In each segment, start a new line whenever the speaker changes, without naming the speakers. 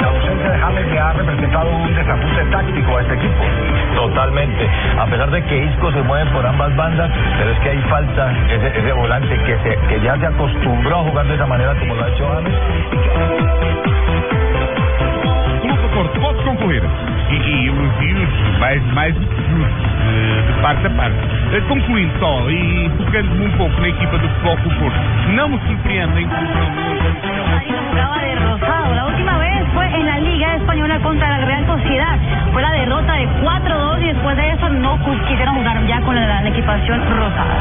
La ausencia de James le ha representado un desajuste táctico a este equipo.
Totalmente. A pesar de que Isco se mueve por ambas bandas, pero es que ahí falta ese, ese volante que, se, que ya se acostumbró a jugar de esa manera como lo ha hecho James.
Posso, cor- posso concluir? E, e eu envio mais, mais eh, de parte a parte. Eh, Concluindo só, e focando-me um pouco na equipa do Futebol Clube Porto, não me surpreendem.
Marino jugaba de rosado. La última vez fue en la Liga Española contra la Real Sociedad. Fue la derrota de 4-2 y después de eso no cu- quisieron jugar ya con la, la equipación rosada.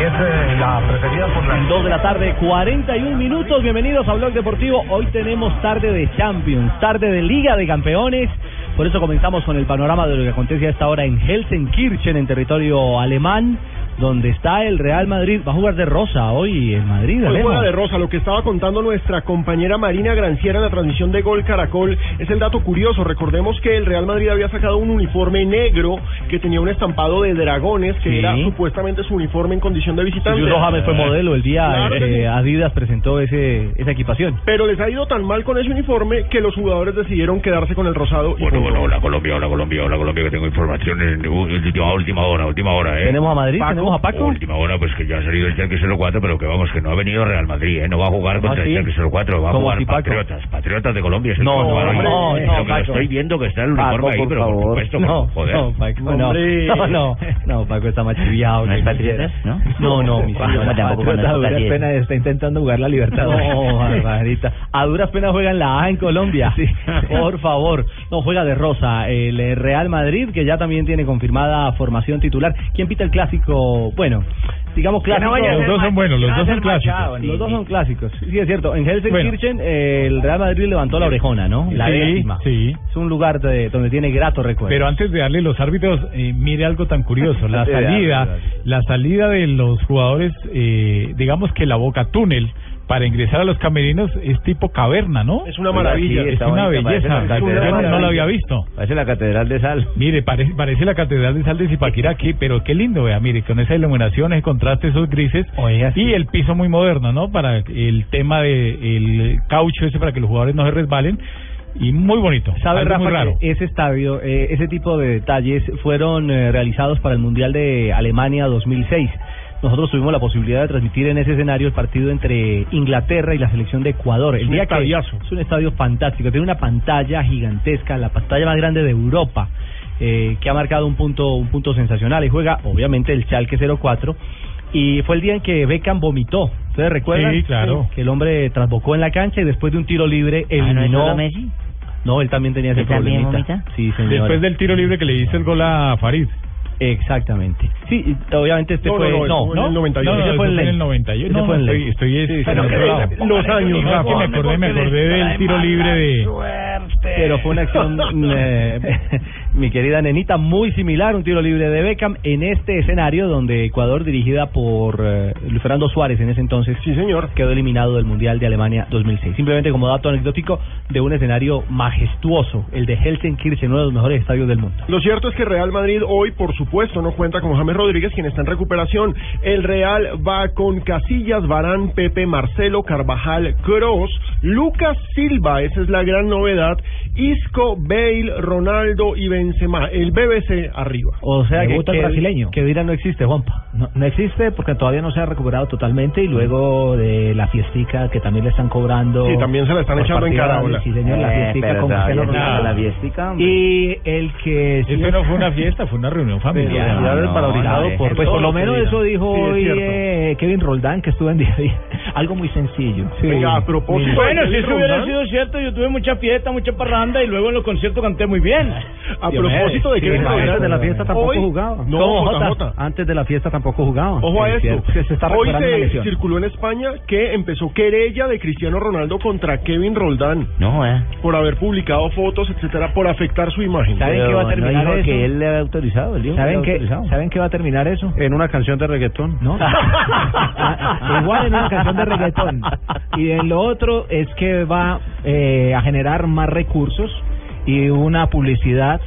Y es eh, la preferida por la...
2 de la tarde, 41 minutos. Bienvenidos a Blog Deportivo. Hoy tenemos tarde de Champions, tarde de Liga de Campeones. Por eso comenzamos con el panorama de lo que acontece a esta hora en Helsenkirchen, en territorio alemán, donde está el Real Madrid. Va a jugar de rosa hoy en Madrid.
Pues
Alejo.
juega de Rosa, lo que estaba contando nuestra compañera Marina Granciera en la transmisión de Gol Caracol es el dato curioso. Recordemos que el Real Madrid había sacado un uniforme negro que tenía un estampado de dragones, que
Sí.
era supuestamente su uniforme en condición de visitante.
Julio James fue modelo el día
Claro que
eh,
sí.
Adidas presentó ese, esa equipación.
Pero les ha ido tan mal con ese uniforme que los jugadores decidieron quedarse con el rosado. Y
Bueno,
punto.
bueno, hola Colombia, hola Colombia, hola Colombia, que tengo informaciones de última, última hora, última hora, ¿eh?
Tenemos a Madrid,
Paco.
tenemos a Paco.
Última hora, pues que ya ha salido el Schalke 04, pero que vamos, que no ha venido Real Madrid, ¿eh? No va a jugar contra
¿Ah, sí?
el Schalke 04, va a
¿Cómo
jugar
así, Paco?
Patriotas, Patriotas de Colombia. es el
No,
que
no,
jugaron
hombre,
hoy.
no,
Lo este, que lo
Paco.
estoy viendo que está el uniforme
Paco,
ahí,
por
pero por
favor.
supuesto,
No,
joder.
no, Paco, no,
Hombre.
no, no, no, Paco está machiviado.
¿No es Patriotas, no?
No, no, mi
Bueno,
señora,
tampoco con
Patriotas a
el
duras
Jota
penas está intentando jugar la libertad. No, barbarita. A duras penas juega en la A en Colombia. Por favor. No, juega de rosa. El eh, Real Madrid, que ya también tiene confirmada formación titular. ¿Quién pita el clásico? Bueno, digamos clásico.
Los dos son buenos, los dos son clásicos.
Los dos son clásicos. Sí, es cierto. En Helsenkirchen eh, el Real Madrid levantó la orejona, ¿no? La
Sí,
décima.
sí.
Es un lugar de- donde tiene grato recuerdo.
Pero antes de darle los árbitros, eh, mire algo tan curioso. La
Antes de darle los
salida,
árbitros.
la salida de los jugadores, eh, digamos que la boca túnel para ingresar a los camerinos es tipo caverna, ¿no?
Es una
Oiga,
maravilla.
sí,
Es
está
una
bonita, parece
belleza.
la
Yo
catedral.
no- no la había visto.
Parece la Catedral de Sal.
Mire, parece, parece la Catedral de Sal de Zipaquirá aquí, pero qué lindo, vea, mire, con esa iluminación, ese contraste, esos grises
Oiga, sí.
y el piso muy moderno, ¿no? Para el tema de el caucho ese para que los jugadores no se resbalen y muy bonito.
¿Sabe,
algo
Rafa,
muy raro.
que ese estadio, eh, ese tipo de detalles fueron eh, realizados para el Mundial de Alemania 2006? Nosotros tuvimos la posibilidad de transmitir en ese escenario el partido entre Inglaterra y la selección de Ecuador. El
un
día que-
estadiazo.
es un estadio fantástico, tiene una pantalla gigantesca, la pantalla más grande de Europa, eh, que ha marcado un punto, un punto sensacional. Y juega, obviamente, el Chalque 04. Y fue el día en que Beckham vomitó. ¿Ustedes recuerdan?
Sí, claro.
Que el hombre trasbocó en la cancha y después de un tiro libre
Ah, ¿no es
eliminó.
solo Messi?
No, él también tenía ese
¿Él también
problemita.
vomita?
Sí, señor.
Después del tiro libre que le hizo el gol a Farid.
Exactamente. Sí, y obviamente este
No, no,
fue...
no, eso fue en el 98.
ese
eso
fue en
fue en
Ley.
el 98.
Ese
No, no,
fue en
estoy,
Ley.
estoy, estoy
Sí,
en
pero
otro
que-
lado.
los años,
No, es que me acordé, me acordé del tiro libre de...
Pero fue una acción, eh, mi querida nenita, muy similar, un tiro libre de Beckham en este escenario donde Ecuador, dirigida por eh, Luis Fernando Suárez en ese entonces,
Sí, señor.
quedó eliminado del Mundial de Alemania 2006. Simplemente como dato anecdótico de un escenario majestuoso, el de Helsenkirchen, uno de los mejores estadios del mundo.
Lo cierto es que Real Madrid hoy, por supuesto, no cuenta con James Rodríguez, quien está en recuperación. El Real va con Casillas, Barán, Pepe, Marcelo, Carvajal, Cross, Lucas Silva, esa es la gran novedad, Isco, Bale, Ronaldo y Benzema. Benzema, el BBC arriba.
O sea, que,
gusta el
que-
brasileño.
que Dira no existe, Juanpa.
No, no existe porque todavía no se ha recuperado totalmente y luego de la fiestica que también le están cobrando.
Sí, también se la están
por
echando en
partida,
Ah,
cara ahora.
sí, señor,
Eh,
la fiestica con Cristiano Ronaldo.
Y el que...
este
Eso Este no fue una fiesta, fue una reunión
Pero, no, no, eh, pues por lo menos eso dijo
Sí, es
hoy
cierto.
eh, Kevin Roldán que estuvo en día a día. Algo muy sencillo.
Venga, a propósito.
Bueno, si eso hubiera sido cierto, yo tuve mucha fiesta, mucha parranda y luego en los conciertos canté muy bien.
A propósito de que
de la fiesta tampoco
jugaba. No,
¿Cómo,
Jota,
Jota?
Jota.
Antes de la fiesta tampoco jugaba.
Ojo a
Es
esto.
cierto. Se está
Hoy
recuperando una
se
lesión.
circuló en España que empezó querella de Cristiano Ronaldo contra Kevin Roldán.
No, eh.
Por haber publicado fotos, etcétera, por afectar su imagen.
Pero no dijo que él le había autorizado. él dijo que
¿Saben
le
qué,
había autorizado. Ah,
¿Saben qué va a terminar eso? En una canción de reggaetón. No.
Igual en una canción de reggaetón. Y en lo otro es que va eh, a generar más recursos y una publicidad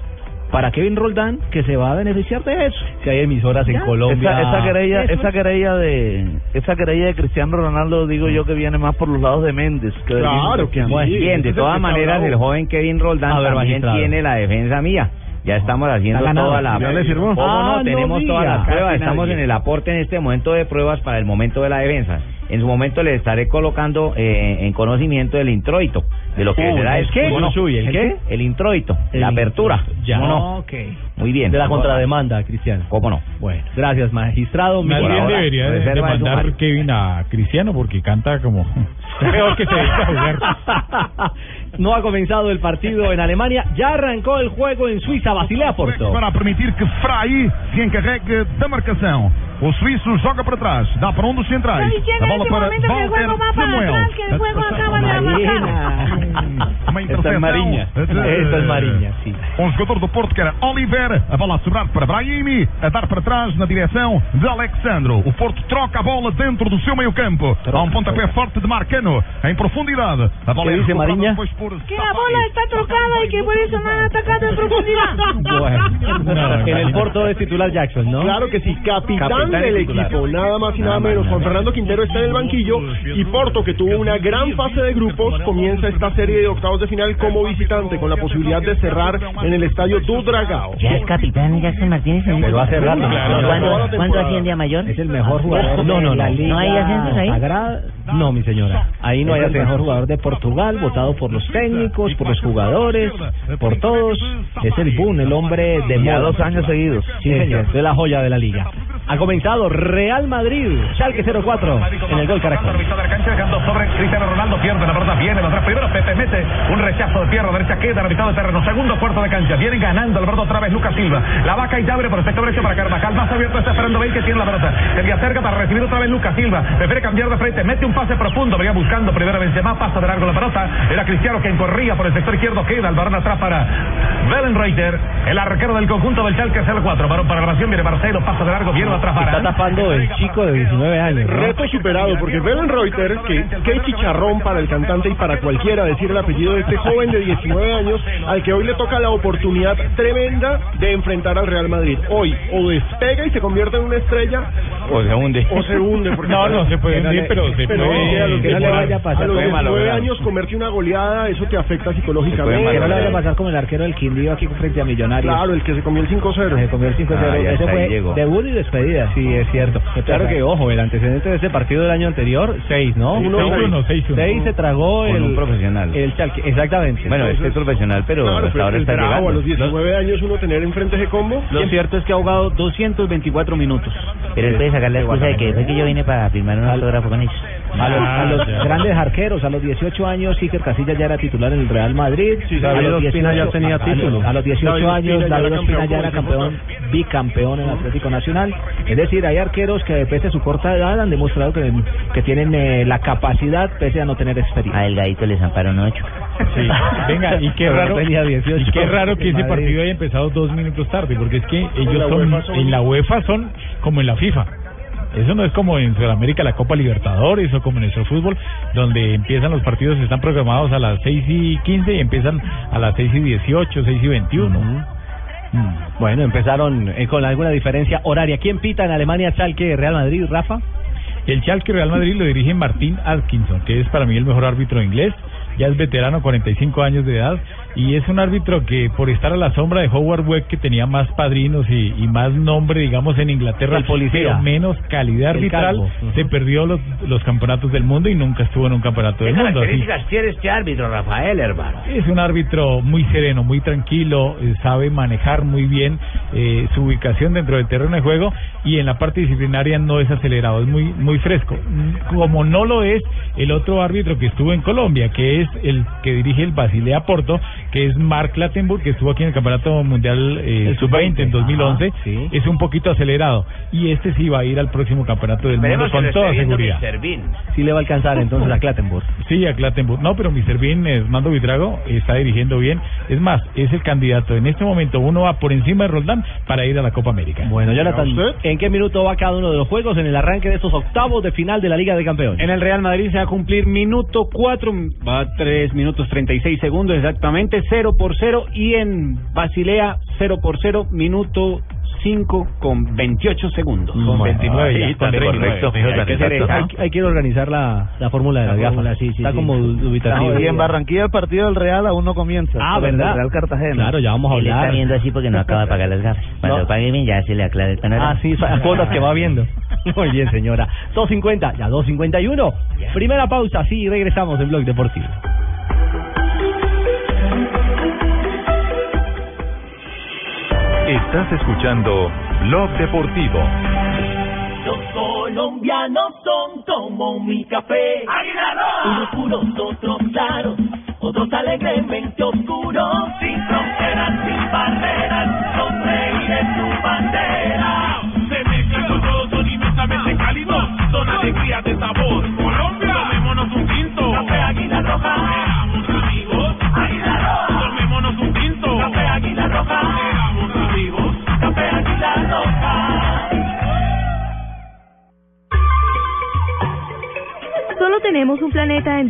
para Kevin Roldán que se va a beneficiar de eso.
Si hay emisoras en Colombia.
Esa, esa querella,
Eso
esa
es.
querella de, esa querella de Cristiano Ronaldo, digo yo que viene más por los lados de Méndez. Que del mismo
Claro pues que
Cristiano.
sí. Bien, de todas maneras, el joven Kevin Roldán
A ver,
también
magistrado.
tiene la defensa mía. Ya estamos haciendo
Está ganado.
toda la...
¿Ya le firmó?
¿Cómo no?
Ah, no
Tenemos
diga.
todas las pruebas.
Casi
Estamos
nadie.
en el aporte en este momento de pruebas para el momento de la defensa. En su momento le estaré colocando eh, en conocimiento del introito. De lo que
Uy,
será
¿el
el
qué?
¿Cómo no?
Uy, uy, ¿el qué?
El introito. la apertura.
Ya.
¿Cómo no?
Ok.
Muy bien.
De la contrademanda, Cristiano.
¿Cómo no?
Bueno, gracias, magistrado.
Más
Por
bien
ahora,
debería de- de
reserva de su
mandar Kevin a Cristiano porque canta como peor que se dedica a jugar.
No ha comenzado el partido en Alemania, ya arrancó el juego en Suiza, Basilea Porto.
Para permitir que Frei se encarregue da marcação. O suíço joga para trás, dá para um dos centrais.
Estoy diciendo
A
en este
bola para
momento que el juego va para
Samuel.
atrás, que el juego acaba de arrancar.
Uma
Esta es Mariña.
Esta
Esta es Mariña,
sim. é Um jogador do Porto que era Oliver. A bola a sobrar para Brahimi. A dar para trás na direção de Alexandro. O Porto troca a bola dentro do seu meio-campo. Há um pontapé forte de Marcano. Em profundidade. A bola é
Que dice
recuperada
Mariña?
depois por
Que la bola está trocada y que por eso no han atacado en profundidad.
en el Porto es titular Jackson, ¿no?
Claro que sí, capitán,
Capitán y
del
titular.
equipo, nada más y nada menos. Juan Fernando Quintero está en el banquillo y Porto, que tuvo una gran fase de grupos, comienza esta serie de octavos de final como visitante, con la posibilidad de cerrar en el estadio Dudragao.
Ya es capitán Jackson Martínez. en-
Pero hace rato. Claro. Toda la
¿Cuándo, ¿cuándo
temporada.
asciende a mayor? Ah, Es el
mejor jugador
No,
de
no, no.
la
¿No
Liga
hay ascensos ahí?
Sagrada. No, mi señora. Ahí no
Es
hay
el
ascenso.
mejor
jugador de Portugal, votado por los técnicos, por los jugadores, por todos. Es el boom, el hombre de
Ya
moda.
dos años
seguidos. Sí, señor. De la joya de la liga.
Ha comenzado Real Madrid, Schalke 04, en el gol Caracol.
Dejando sobre Cristiano Ronaldo, pierde la pelota, viene la atrás primero, Pepe mete un rechazo de pierna derecha, queda en la mitad de terreno, segundo cuarto de cancha, viene ganando Alberto otra vez Lucas Silva, la vaca y abre por efecto brecha para Carvajal, más abierto está esperando Bale que tiene la pelota, se le acerca para recibir otra vez Lucas Silva, prefiere cambiar de frente, mete un pase profundo, venía buscando primero a Benzema, pasa de largo la pelota, era Cristiano quien corría por el sector izquierdo, queda el varón atrás para Bellenreiter, el arquero del conjunto del Chalke 04, varón para grabación, viene Marcelo, pasa de largo, viene atrás para...
Está tapando el chico de 19 años. ¿no?
Reto superado, porque Belen Reuters, que qué chicharrón para el cantante y para cualquiera decir el apellido de este joven de 19 años, al que hoy le toca la oportunidad tremenda de enfrentar al Real Madrid. Hoy o despega y se convierte en una estrella,
O se hunde.
o se hunde. porque-
No, no se puede
Que
hundir,
le-
pero se puede-
que a los
que no le vaya a pasar,
a los
puede
19
malograr.
años comerte una goleada, eso te afecta psicológicamente.
Que no le vaya a pasar como el arquero del Quindío aquí frente a Millonarios.
Claro, el que se comió el 5-0.
Se comió el 5-0.
Ah, ya
Ese
está,
fue
ahí llegó.
debut y despedida. Sí, es cierto.
Claro que, ojo, el antecedente de ese partido del año anterior, 6, ¿no?
Sí,
6-1,
6-1,
6-1.
6-1.
6 se tragó
Con
el...
un
profesional. El Schalke, exactamente.
Bueno, este es
profesional,
Claro, pero el bravo, a los 19 años uno tener enfrente ese combo.
Lo cierto es que ha jugado 224 minutos. Pero él puede sacar la excusa de que fue que yo vine para firmar un autógrafo con ellos.
A los, a los grandes arqueros, a los 18 años, Iker Casillas ya era titular en el Real Madrid.
Sí,
a,
David
los
Ospina ya tenía
a- a-
título.
a los 18
David Ospina
años,
ya
David
era
Ospina
campeón
ya era
con
campeón, bicampeón en Atlético Nacional. Es decir, hay arqueros que, pese a su corta edad, han demostrado que, que tienen eh, la capacidad, pese a no tener experiencia. A Elgadito les amparon 8.
Sí. Venga, y qué
Pero
raro,
tenía 18
y qué raro que
en
ese
Madrid.
partido haya empezado dos minutos tarde, porque es que ellos
la
son,
UEFA son-
en la UEFA son como en la FIFA. Eso no es como en Sudamérica la Copa Libertadores o como en nuestro fútbol, donde empiezan los partidos, están programados a las 6 y 15 y empiezan a las 6 y 18, 6 y 21.
Bueno, empezaron eh, con alguna diferencia horaria. ¿Quién pita en Alemania, Schalke, Real Madrid, Rafa?
El Schalke Real Madrid lo dirige Martín Atkinson, que es para mí el mejor árbitro inglés. ya es veterano, 45 años de edad, y es un árbitro que por estar a la sombra de Howard Webb, que tenía más padrinos y, y más nombre, digamos, en Inglaterra,
El policía.
pero menos calidad
El
arbitral,
calvo.
se perdió los, los campeonatos del mundo y nunca estuvo en un campeonato
¿Qué
del mundo. así
características tiene este árbitro, Rafael, hermano?
es un árbitro muy sereno, muy tranquilo, eh, sabe manejar muy bien eh, su ubicación dentro del terreno de juego y en la parte disciplinaria no es acelerado, es muy muy fresco. Mm, Como no lo es el otro árbitro que estuvo en Colombia, que es el que dirige el Basilea Porto, que es Mark Lattenburg, que estuvo aquí en el Campeonato Mundial eh,
El
Sub-20 en
Sub-20,
2011,
ajá, sí.
es un poquito acelerado y este sí va a ir al próximo Campeonato del Mundo
Esperemos que lo
con
esté
toda
viendo
seguridad.
Mr.
Sí le va a alcanzar entonces a Clattenburg. Sí, a Clattenburg. No, pero Mr. Bean, eh, Mando Vidrago, está dirigiendo bien. Es más, es el candidato. En este momento uno va por encima de Roldán para ir a la Copa América.
Bueno, Jonathan, ¿en qué minuto va cada uno de los juegos en el arranque de estos octavos de final de la Liga de Campeones?
En el Real Madrid se va a cumplir minuto 4, va 3 minutos 36 segundos exactamente, 0 por 0 y en Basilea 0 por 0, minuto 5 con 28 segundos.
Con 29 ya, con 29.
hay, que ser
hay,
exacto.
hay que organizar la, la fórmula de la, gafa. Está como dubitativo.
No, y en Barranquilla el partido del Real aún no comienza.
Ah,
Con el
¿verdad?
Real Cartagena.
Claro, ya vamos a
Él está
hablar.
bien
viendo así porque no acaba de pagar las gafas. Cuando
No.
pague bien ya se le aclara el panorama.
Ah, sí, son cuotas que va viendo. Muy bien, señora. 2.50, ya 2.51. Primera pausa, sí, regresamos en Blog Deportivo.
Estás escuchando Blog Deportivo.
Los colombianos son como mi café. Unos puros, otros claros, otros alegremente oscuros. Sin fronteras, sin barreras, son reyes su bandera. Se mezclan con todos, son inmensamente cálidos, son alegrías de sabor. Colombia, tomémonos un tinto. Café Águila Roja. Seamos amigos. Águila Roja. Tomémonos un tinto. Café Águila Roja. Seamos amigos. Café Águila Roja.
Solo tenemos un planeta en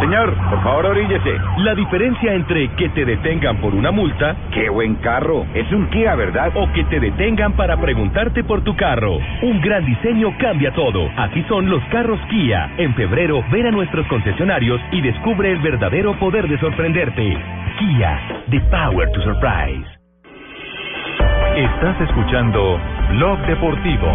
Señor, por favor, oríllese. La diferencia entre que te detengan por una multa, qué buen carro, es un Kia, ¿verdad? O que te detengan para preguntarte por tu carro. Un gran diseño cambia todo. Así son los carros Kia. En febrero, ven a nuestros concesionarios y descubre el verdadero poder de sorprenderte. Kia, the power to surprise.
Estás escuchando Blog Deportivo.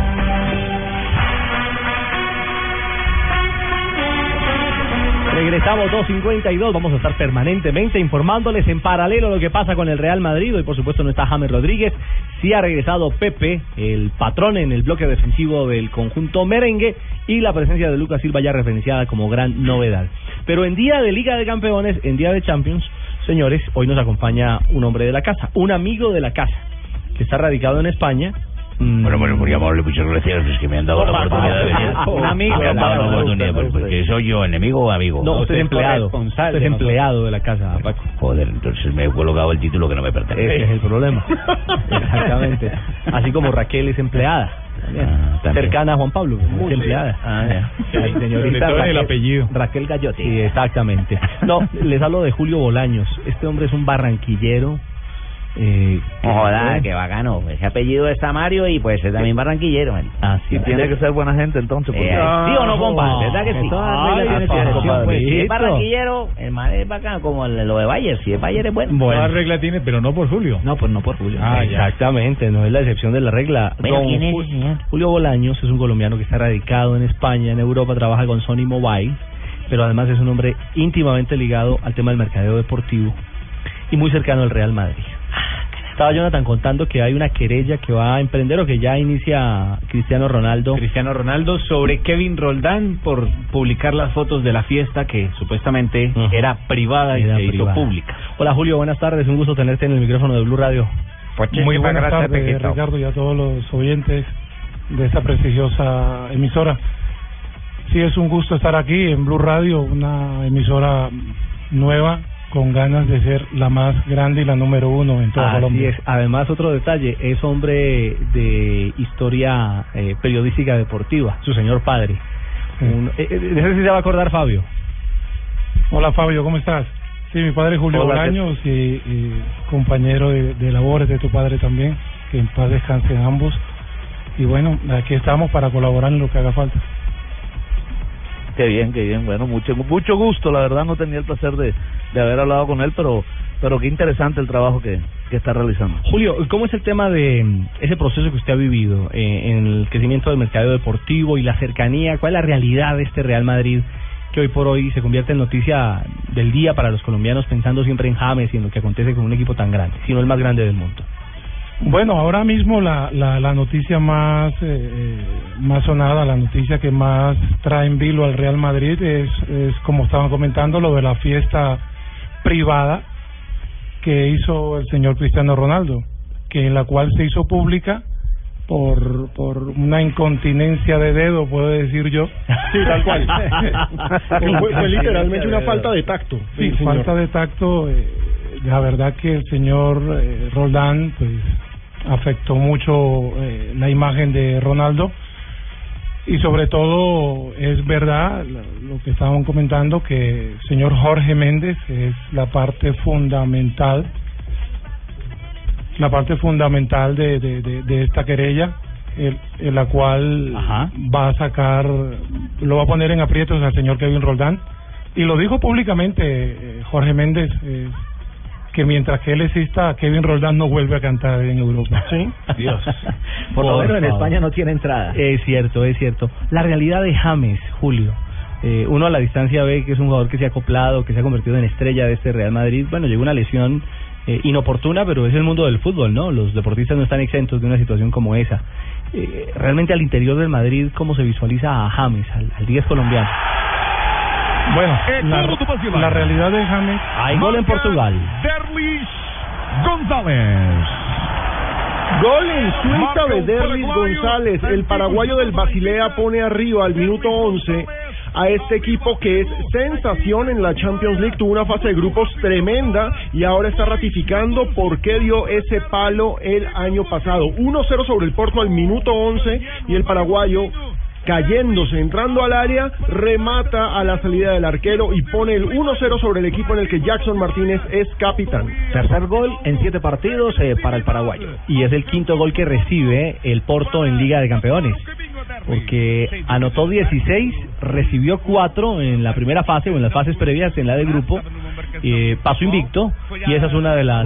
Regresamos 2.52, vamos a estar permanentemente informándoles en paralelo lo que pasa con el Real Madrid. Hoy por supuesto no está James Rodríguez, sí ha regresado Pepe, el patrón en el bloque defensivo del conjunto merengue y la presencia de Lucas Silva ya referenciada como gran novedad. Pero en día de Liga de Campeones, en día de Champions, señores, hoy nos acompaña un hombre de la casa, un amigo de la casa, que está radicado en España.
Bueno, bueno, muy amable, muchas gracias, es que me han dado la oportunidad de venir.
Un amigo.
Me han dado la oportunidad, pues, porque soy yo enemigo o amigo.
No, usted es empleado. Usted es empleado de la casa, Paco.
Joder, entonces me he colocado el título que no me pertenece.
Ese es el problema. Exactamente. Así como Raquel es empleada. también. Cercana a Juan Pablo, es
sí.
empleada.
Ah, ya.
La
Sí, sobre
señorita
todo en el
apellido. Raquel Gallotti. Sí, exactamente. No, les hablo de Julio Bolaños. Este hombre es un barranquillero. Eh,
Joda, que bacano. Ese apellido es Samario y pues es también barranquillero.
Ah,
Así
y
Tiene que ser buena gente entonces. porque-
Eh, ¿Sí o no, compa? ¿Verdad que sí?
Todas las reglas tienen
Ay,
su excepción, pues.
Si
Sí,
es
para aquí-
barranquillero, el mar es bacano, como el- lo de Bayer. Si es Bayer es bueno.
Toda regla tiene, pero no por Julio.
No, pues no por Julio.
Ah, ya.
Exactamente, no es la excepción de la regla.
Bueno,
Don
¿quién es
Ju- Julio Bolaños es un colombiano que está radicado en España, en Europa, trabaja con Sony Mobile, pero además es un hombre íntimamente ligado al tema del mercadeo deportivo y muy cercano al Real Madrid. Estaba Jonathan contando que hay una querella que va a emprender o que ya inicia Cristiano Ronaldo.
Cristiano Ronaldo sobre Kevin Roldán por publicar las fotos de la fiesta que supuestamente era privada y
Era
se eh, hizo
privada.
pública.
Hola Julio, buenas tardes, un gusto tenerte en el micrófono de Blue Radio.
Muy buenas tardes, Ricardo, y a todos los oyentes de esta prestigiosa emisora. Sí, es un gusto estar aquí en Blue Radio, una emisora nueva con ganas de ser la más grande y la número uno en toda
Así
Colombia.
es. Además, otro detalle, es hombre de historia eh, periodística deportiva, su señor padre. Un- eh, eh, de ese sí se va a acordar Fabio.
Hola Fabio, ¿cómo estás? Sí, mi padre Julio
Hola, ¿qué-
Bolaños y, y compañero de, de labores de tu padre también, que en paz descansen ambos. Y bueno, aquí estamos para colaborar en lo que haga falta.
Qué bien, qué bien. Bueno, mucho, mucho gusto. La verdad no tenía el placer de, de haber hablado con él, pero, pero qué interesante el trabajo que, que está realizando.
Julio, ¿cómo es el tema de mm, ese proceso que usted ha vivido eh, en el crecimiento del mercado deportivo y la cercanía? ¿Cuál es la realidad de este Real Madrid que hoy por hoy se convierte en noticia del día para los colombianos pensando siempre en James y en lo que acontece con un equipo tan grande, sino el más grande del mundo?
Bueno, ahora mismo la, la, la noticia más, eh, eh, más sonada, la noticia que más trae en vilo al Real Madrid es, es, como estaban comentando, lo de la fiesta privada que hizo el señor Cristiano Ronaldo, que en la cual se hizo pública por, por una incontinencia de dedo, puedo decir yo.
Sí, tal cual. fue, fue literalmente una falta de tacto.
Sí,
del señor.
falta de tacto. eh, la verdad que el señor eh, Roldán pues afectó mucho eh, la imagen de Ronaldo y sobre todo es verdad lo lo que estaban comentando que el señor Jorge Méndez es la parte fundamental la parte fundamental de, de, de- de esta querella el- en la cual va a sacar lo va a poner en aprietos al señor Kevin Roldán y lo dijo públicamente eh, Jorge Méndez eh, que mientras que él exista Kevin Roldán no vuelve a cantar en Europa sí
Dios. Por lo menos en España
no tiene entrada
Es cierto, es cierto. La realidad de James, Julio. eh, uno a la distancia ve que es un jugador que se ha acoplado, que se ha convertido en estrella de este Real Madrid. Bueno, llegó una lesión eh, inoportuna, pero es el mundo del fútbol, ¿no? Los deportistas no están exentos de una situación como esa. Eh, realmente al interior del Madrid, ¿cómo se visualiza a James, al, al 10 colombiano?
Bueno,
Eh, É
la-
la realidad de James
hay gol en Portugal.
Derlis González.
Gol en
Marca
Suiza de
un
Derlis
paraguayo,
González. El paraguayo del Basilea pone arriba al minuto 11 a este equipo que es sensación en la Champions League. Tuvo una fase de grupos tremenda y ahora está ratificando por qué dio ese palo el año pasado. 1-0 sobre el Porto al minuto 11 y el paraguayo cayéndose, entrando al área, remata a la salida del arquero y pone el 1-0 sobre el equipo en el que Jackson Martínez es capitán.
Tercer gol en siete partidos eh, para el paraguayo. Y es el quinto gol que recibe el Porto en Liga de Campeones. Porque anotó 16, recibió 4 en la primera fase o en las fases previas en la de grupo. Eh, paso invicto y esa es una de las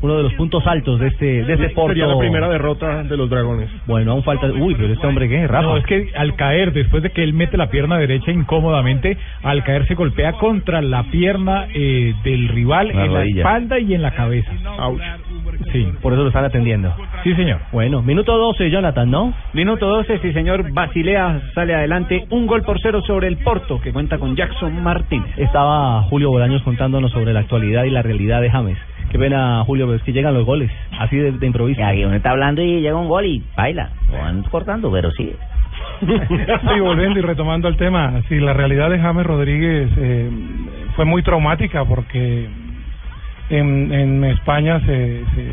uno de los puntos altos de este de este Porto.
Sería la primera derrota de los Dragones.
Bueno, aún falta. Uy, pero este hombre qué, Rafa.
No, es que al caer, después de que él mete la pierna derecha incómodamente, al caer se golpea contra la pierna eh, del rival
La
en
rodilla.
la espalda y en la cabeza.
Sí, por eso lo están atendiendo.
Sí, señor.
Bueno, minuto 12, Jonathan, ¿no?
Minuto 12, sí señor, Basilea sale adelante, un gol por cero sobre el Porto, que cuenta con Jackson Martínez.
Estaba Julio Bolaños contándonos sobre la actualidad y la realidad de James. Qué pena, Julio, pero es que llegan los goles, así de, de improviso.
Aquí uno está hablando y llega un gol y baila. Lo van cortando, pero sí.
Sí, volviendo y retomando el tema, sí, la realidad de James Rodríguez eh, fue muy traumática porque en, en España se, se,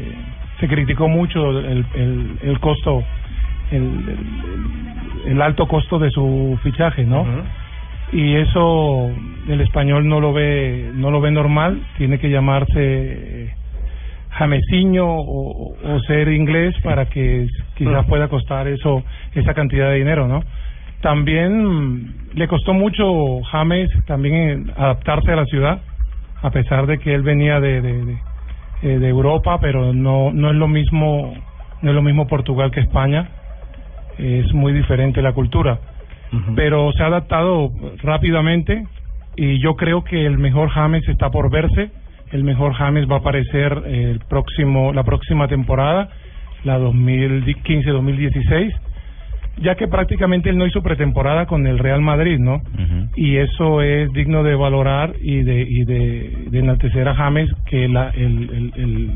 se criticó mucho el, el, el costo, el, el- el alto costo de su fichaje, ¿no? Y eso el español no lo ve, no lo ve normal, tiene que llamarse eh, jamesiño o, o- o ser inglés para que quizás pueda costar eso, esa cantidad de dinero, ¿no? También mm, le costó mucho James también eh, adaptarse a la ciudad, a pesar de que él venía de, de, de, eh, de Europa, pero no no es lo mismo no es lo mismo Portugal que España, es muy diferente la cultura, pero se ha adaptado rápidamente y yo creo que el mejor James está por verse, el mejor James va a aparecer eh, el próximo la próxima temporada, la 2015-2016 ya que prácticamente él no hizo pretemporada con el Real Madrid, ¿no? Y eso es digno de valorar y de, y de, de enaltecer a James, que la, el, el, el,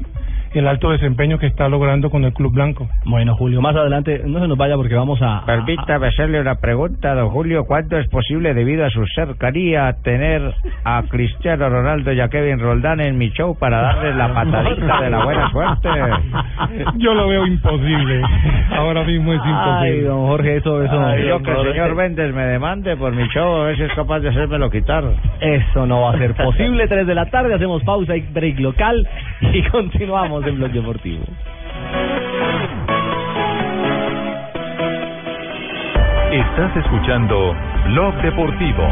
el alto desempeño que está logrando con el Club Blanco.
Bueno, Julio, más adelante no se nos vaya porque vamos a...
Permítame hacerle una pregunta, don Julio. ¿Cuándo es posible, debido a su cercanía, tener a Cristiano Ronaldo y a Kevin Roldán en mi show para darles la patadita de la buena suerte?
Yo lo veo imposible. Ahora mismo es imposible.
Ay, don Jorge, eso, eso.
Ay,
yo
don
que el
Jorge.
señor Méndez me demande por mi show, a ver si es capaz de hacérmelo quitar.
Eso no va a ser posible. 3 de la tarde, hacemos pausa y break local y continuamos en Blog Deportivo.
Estás escuchando Blog Deportivo.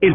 El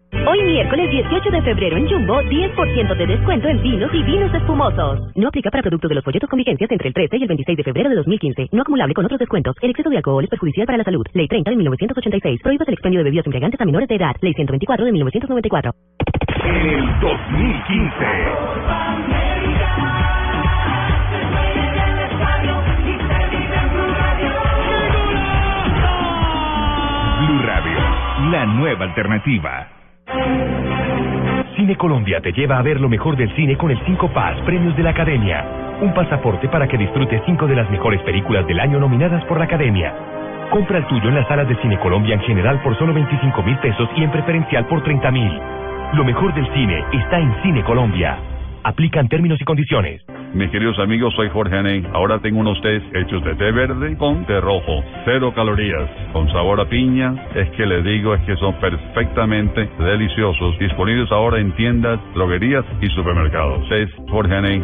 Hoy miércoles 18 de febrero en Jumbo, 10% de descuento en vinos y vinos espumosos. No aplica para productos de los folletos con vigencias entre el 13 y el 26 de febrero de 2015. No acumulable con otros descuentos. El exceso de alcohol es perjudicial para la salud. Ley 30 de 1986. Prohíbas el expendio de bebidas embriagantes a menores de edad. Ley 124 de 1994.
En el 2015.
Blue Radio, la nueva alternativa.
Cine Colombia te lleva a ver lo mejor del cine con el 5 Paz, premios de la Academia. Un pasaporte para que disfrutes 5 de las mejores películas del año nominadas por la Academia. Compra el tuyo en las salas de Cine Colombia en general por solo 25 mil pesos y en preferencial por 30 mil. Lo mejor del cine está en Cine Colombia. Aplican términos y condiciones.
Mis queridos amigos, soy Jorge Aney. Ahora tengo unos test hechos de té verde con té rojo. Cero calorías, con sabor a piña. Es que les digo, es que son perfectamente deliciosos. Disponibles ahora en tiendas, droguerías y supermercados. Test Jorge Aney.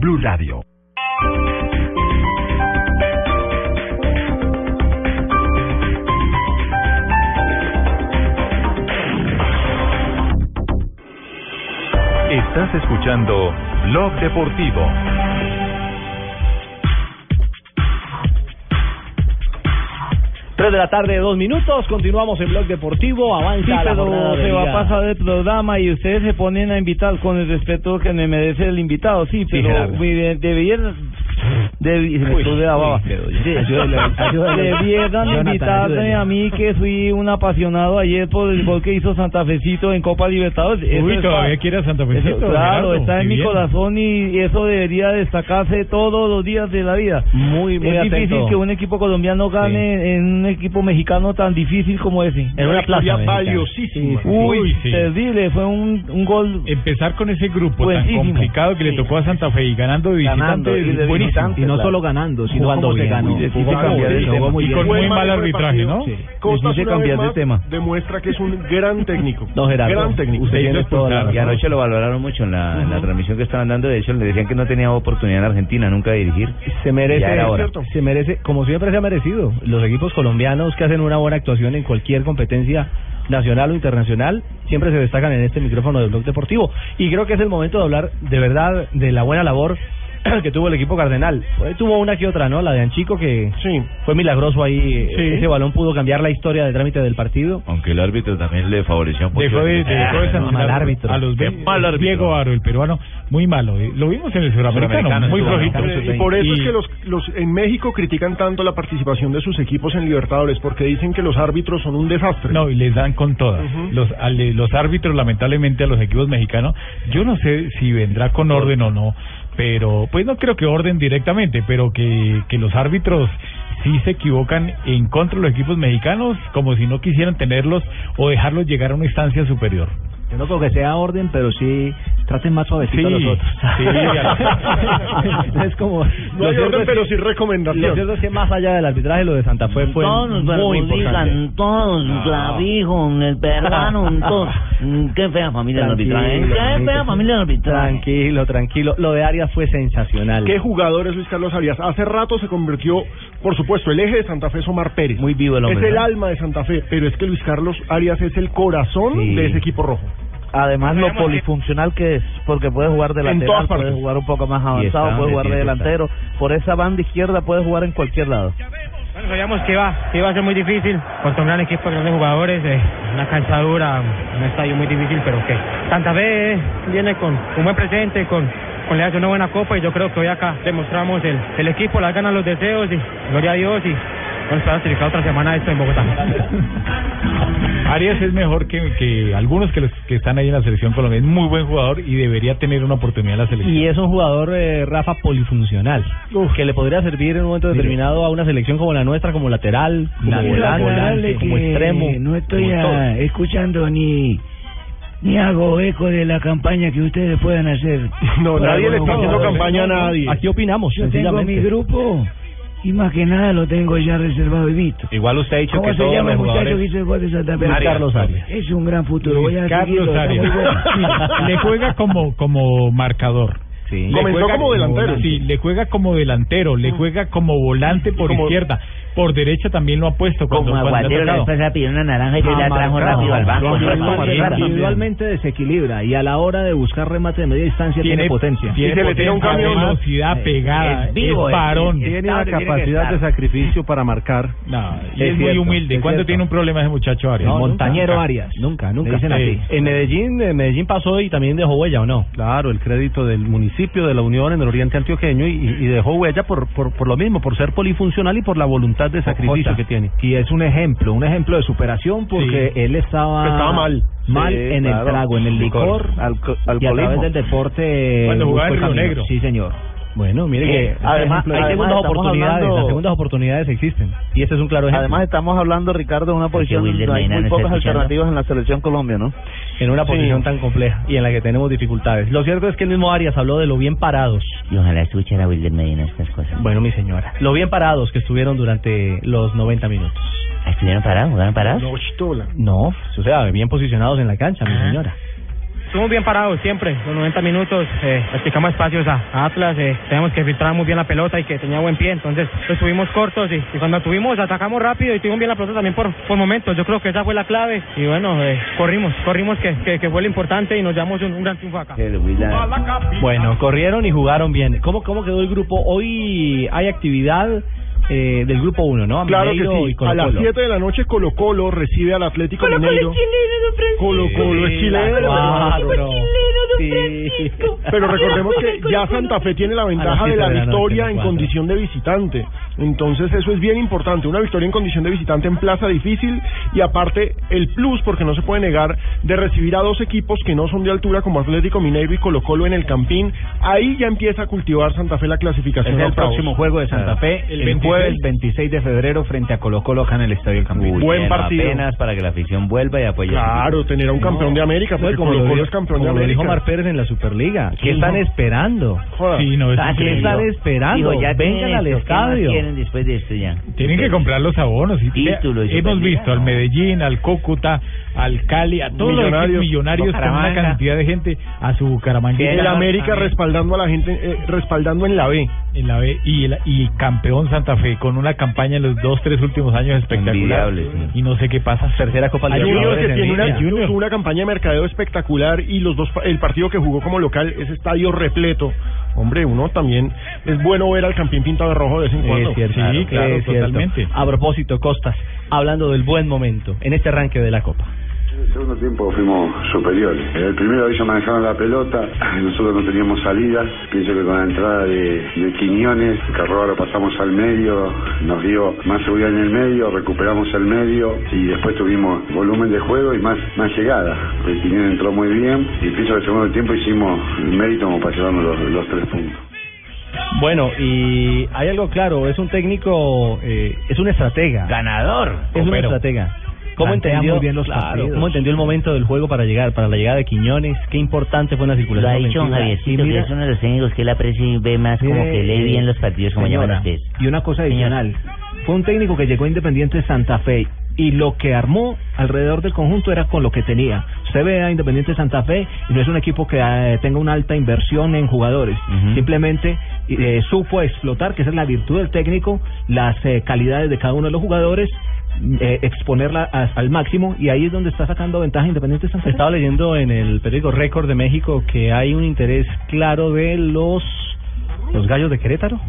Blue Radio.
Estás escuchando Blog Deportivo.
Tres de la tarde, dos minutos. Continuamos en Blog Deportivo. Avanza
Sí,
la jornada
pero
de
se va a
liga.
pasar el programa y ustedes se ponen a invitar con el respeto que me merece el invitado, sí, pero
Gerardo.
deberían debieran debi- se me
Uy,
estuvo de la
uy,
baba.
pero ya, ayúdale, ayúdale.
Debieran
Jonathan, ayúdale.
invitarme a mí que fui un apasionado ayer por el gol que hizo Santa Fecito en Copa Libertadores. Eso
Uy,
está-
todavía quiere a Santa Fe.
eso, claro, está en mi corazón y eso debería destacarse todos los días de la vida. Muy,
muy
Es difícil
atento.
que un equipo colombiano gane en un equipo mexicano tan difícil como ese.
En una plaza mexicana. Sí, sí.
Uy,
Uy, sí.
terrible, fue un, un gol.
Empezar con ese grupo
Buenísimo.
tan complicado que le tocó a Santa Fe y ganando de visitante
Ganando, y de
buenísimo.
visitante, Y no claro. solo ganando, sino Jugando como se bien. ganó.
Uy, sí, sí,
Jugando bien,
sí,
jugó muy
y
bien.
con
Buen
muy mal
manejo de
arbitraje, ¿no?
partido, sí.
Costas
Quise
una
cambiar
vez
de
más
tema.
Demuestra que es un gran técnico.
No, Gerardo.
Gran técnico.
Usted tiene toda la razón. Y
Claro.
anoche lo valoraron mucho en la, en la transmisión que estaban dando. De hecho, le decían que no tenía oportunidad en Argentina nunca de dirigir.
Se
Ya
merece,
era hora.
se merece, como siempre se ha merecido. Los equipos colombianos que hacen una buena actuación en cualquier competencia nacional o internacional siempre se destacan en este micrófono del blog deportivo. Y creo que es el momento de hablar de verdad de la buena labor que tuvo el equipo cardenal. Por ahí tuvo una que otra, ¿no? La de Anchico que fue milagroso ahí. eh,
Sí.
Ese balón pudo cambiar la historia del trámite del partido.
Aunque el árbitro también le favoreció un poco.
Dejó Eh, de, dejó de
Ah,
sancionar
mal árbitro.
a los
Qué
ve-
mal árbitro.
Diego Aro, el peruano, muy malo. eh. Lo vimos en el suramericano,
Suramericano,
muy flojito.
Y por eso es
Y-
que los, los en México critican tanto la participación de sus equipos en Libertadores, porque dicen que los árbitros son un desastre.
No, y les dan con todas. los, al- eh, los árbitros, lamentablemente, a los equipos mexicanos, yo no sé si vendrá con orden o no, pero pues no creo que orden directamente, pero que, que los árbitros sí se equivocan en contra de los equipos mexicanos, como si no quisieran tenerlos o dejarlos llegar a una instancia superior.
Yo no creo que sea orden, pero sí traten más
Sí,
suavecito a los otros.
sí, a
es como.
No hay orden, pero sí recomendación.
Lo cierto es que más allá del arbitraje, lo de Santa Fe fue
Todos
muy importante.
perjudican, todos,
Ah.
Clavijo, el peruano, todos. Mm, Qué fea familia del
Tranquilo,
arbitraje. ¿eh? Qué
tranquilo.
fea familia del arbitraje.
Tranquilo, tranquilo. Lo de Arias fue sensacional.
¿Qué jugador es Luis Carlos Arias? Hace rato se convirtió, por supuesto, el eje de Santa Fe es Omar Pérez. Muy vivo
el hombre,
Es el
¿no?
alma de Santa Fe, pero es que Luis Carlos Arias es el corazón
Sí.
de ese equipo rojo.
Además lo polifuncional que es, porque puede jugar de
En todas
lateral,
partes.
puede jugar un poco más Y está avanzado, donde puede jugar de tiene que delantero, por esa banda izquierda puede jugar en cualquier lado.
Bueno, sabíamos que iba, que iba a ser muy difícil contra un gran equipo de grandes jugadores, eh, una cancha dura, un estadio muy difícil, pero que Santa Fe eh, viene con un buen presente, con, con le hace una buena copa y yo creo que hoy acá demostramos el, el equipo, las ganas, los deseos y gloria a Dios y vamos a estar otra semana esto en Bogotá.
Arias es mejor que, que algunos que, los, que están ahí en la selección colombiana. Es muy buen jugador y debería tener una oportunidad en la selección.
Y es un jugador, eh, Rafa, polifuncional. Que le podría servir en un momento determinado a una selección como la nuestra, como lateral, como
Dale,
volante,
dale,
como
que
extremo.
No estoy
como
a-
todo.
escuchando ni ni hago eco de la campaña que ustedes puedan hacer.
No,
Para
nadie le
los
está haciendo
jugadores.
campaña a nadie.
Aquí opinamos,
Yo tengo mi
sencillamente.
grupo y más que nada lo tengo ya reservado y visto.
Igual usted ha dicho
¿Cómo
que
se
todos
llama el
los
muchacho
jugadores-
que hizo el gol de Santa Fe?
Luis Carlos Arias.
Es un gran futuro. Voy a
Carlos
seguirlo, está muy
Arias.
bueno.
le juega como, como marcador. Le
Comenzó
juega
como delantero.
Sí, le juega como delantero, le juega como volante por
como-
izquierda. Por derecha también lo ha puesto. Cuando,
Como
cuando le ha
aguatero, la vez
tocado.
pasada pidió una naranja y yo
Ah,
la trajo
marcado.
rápido al banco.
Individualmente-
Rafa Marquez, Rafa.
Individualmente desequilibra y a la hora de buscar remate de media distancia tiene, potencia.
tiene potencia, velocidad pegada,
Es vivo,
es varón.
Tiene
Está-
una
tiene que
capacidad de
estar.
sacrificio para marcar.
No, y es, muy humilde. ¿Cuándo tiene un problema ese muchacho Arias?
No, Montañero
Nunca.
Arias. Nunca,
nunca. Sí.
En Medellín, eh, Medellín pasó y también dejó huella, ¿o no?
Claro, el crédito del municipio de la Unión en el Oriente Antioqueño y, y dejó huella por, por, por lo mismo, por ser polifuncional y por la voluntad de sacrificio
Jota.
que tiene.
Y es un ejemplo, un ejemplo de superación porque él estaba,
Estaba mal.
mal
Sí,
en
claro.
el trago, en el licor,
Alco-
y a través
alcoholismo.
del deporte.
Cuando jugaba en
buscó el
Río
camino.
Negro.
Sí, señor. Bueno, mire
Eh,
que este
además-
hay
además
segundas
estamos
oportunidades,
hablando-
las segundas oportunidades existen. Y este es un claro ejemplo.
Además estamos hablando, Ricardo, de una posición
Wilder
donde hay
Medina
muy
no está
pocas
escuchando.
alternativas en la selección Colombia, ¿no?
en una
Sí.
posición tan compleja y en la que tenemos dificultades. Lo cierto es que el mismo Arias habló de lo bien parados,
Y ojalá escuchara a Wilder Medina estas cosas.
bueno, mi señora, lo bien parados que estuvieron durante los 90 minutos.
¿Estuvieron parados? ¿Jugaron parados?
No, chistola. No, o sea, bien posicionados en la cancha, mi señora.
Estuvimos bien parados siempre, los 90 minutos, eh, achicamos espacios a, a Atlas, eh, teníamos que filtrar muy bien la pelota y que tenía buen pie, entonces lo tuvimos cortos y, y cuando tuvimos atacamos rápido y tuvimos bien la pelota también por, por momentos, yo creo que esa fue la clave y bueno, eh, corrimos, corrimos que, que, que fue lo importante y nos llevamos un, un gran triunfo acá.
Bueno, corrieron y jugaron bien. ¿Cómo, cómo quedó el grupo? Hoy hay actividad eh, del grupo 1, ¿no?
Claro que
Mineiro
sí.
y Colo
a las
Colo.
7 de la noche Colo Colo recibe al Atlético Mineiro. Colo Colo es chileno.
Cuatro.
Pero recordemos que ya Santa Fe tiene la ventaja de
siete
la
de la noche,
victoria en
cuatro.
condición de visitante. Entonces eso es bien importante, una victoria en condición de visitante en plaza difícil y aparte el plus, porque no se puede negar, de recibir a dos equipos que no son de altura como Atlético Mineiro y Colo Colo en el Campín. Ahí ya empieza a cultivar Santa Fe la clasificación.
Es
a
el
octavos. Ah.
próximo juego de Santa Fe, el, jueves 26 de febrero frente a Colo Colo acá en el Estadio El Campín.
Buen partido.
Apenas para que la afición vuelva y apoye.
Claro, tener a un campeón de América, porque
como
Colo
lo,
Colo
dijo-
es campeón de
como lo dijo
América.
Mar Pérez en la Superliga.
Sí,
¿Qué están
no.
esperando?
Joda.
Sí, no, es
¿A qué
increíble.
están esperando?
Digo, ya
Vengan
tienen
al
esto, ¿qué más
estadio.
quieren después de esto ya?
Tienen que comprar los abonos. Y
Título y
hemos
Superliga,
visto al Medellín, al Cúcuta, al Cali, a todos los equipos
Millonarios,
millonarios con una
Bucaramanga.
cantidad de gente a su Bucaramanga.
El América respaldando a la gente, eh, respaldando en la B.
En la B y, el- y campeón Santa Fe con una campaña en los dos, tres últimos años espectacular.
Envidiable, sí.
Y no sé qué pasa.
Tercera Copa
Hay Junior que tiene una,
Junior.
tuvo una campaña de mercadeo espectacular y los dos pa- el partido que jugó como local ese estadio repleto. Hombre, uno también es bueno ver al campeón pintado de rojo de vez en cuando.
Es cierto, claro, es cierto. A propósito, Costas, hablando del buen momento en este arranque de la Copa.
En el segundo tiempo fuimos superiores. En el primero ellos manejaron la pelota, nosotros no teníamos salida. Pienso que con la entrada de, de Quiñones, que ahora pasamos al medio, nos dio más seguridad en el medio, recuperamos el medio y después tuvimos volumen de juego y más, más llegada. El Quiñones entró muy bien y pienso que en el segundo tiempo hicimos el mérito como para llevarnos los, los tres puntos.
Bueno, y hay algo claro, es un técnico, eh, es un estratega.
Ganador.
Es un
Copero.
estratega. ¿Cómo
Plantea
entendió,
muy bien los
claro,
partidos.
¿Cómo entendió el momento del juego para llegar, para la llegada de Quiñones? Qué importante fue una
Lo
circulación.
ha dicho don
ofensiva. Y
Javiercito, que
mira,
es uno de los técnicos que él aprecia y ve más como
mire,
que lee
eh,
bien los partidos, como
señora,
llaman ustedes.
Y una cosa adicional, fue un técnico que llegó Independiente de Santa Fe y lo que armó alrededor del conjunto era con lo que tenía. Usted ve a Independiente de Santa Fe y no es un equipo que eh, tenga una alta inversión en jugadores. Simplemente eh, supo explotar, que esa es la virtud del técnico, las eh, calidades de cada uno de los jugadores. eh, exponerla a- al máximo y ahí es donde está sacando ventaja Independiente de Santa Fe.
Estaba leyendo en el periódico Récord de México que hay un interés claro de los los gallos de Querétaro.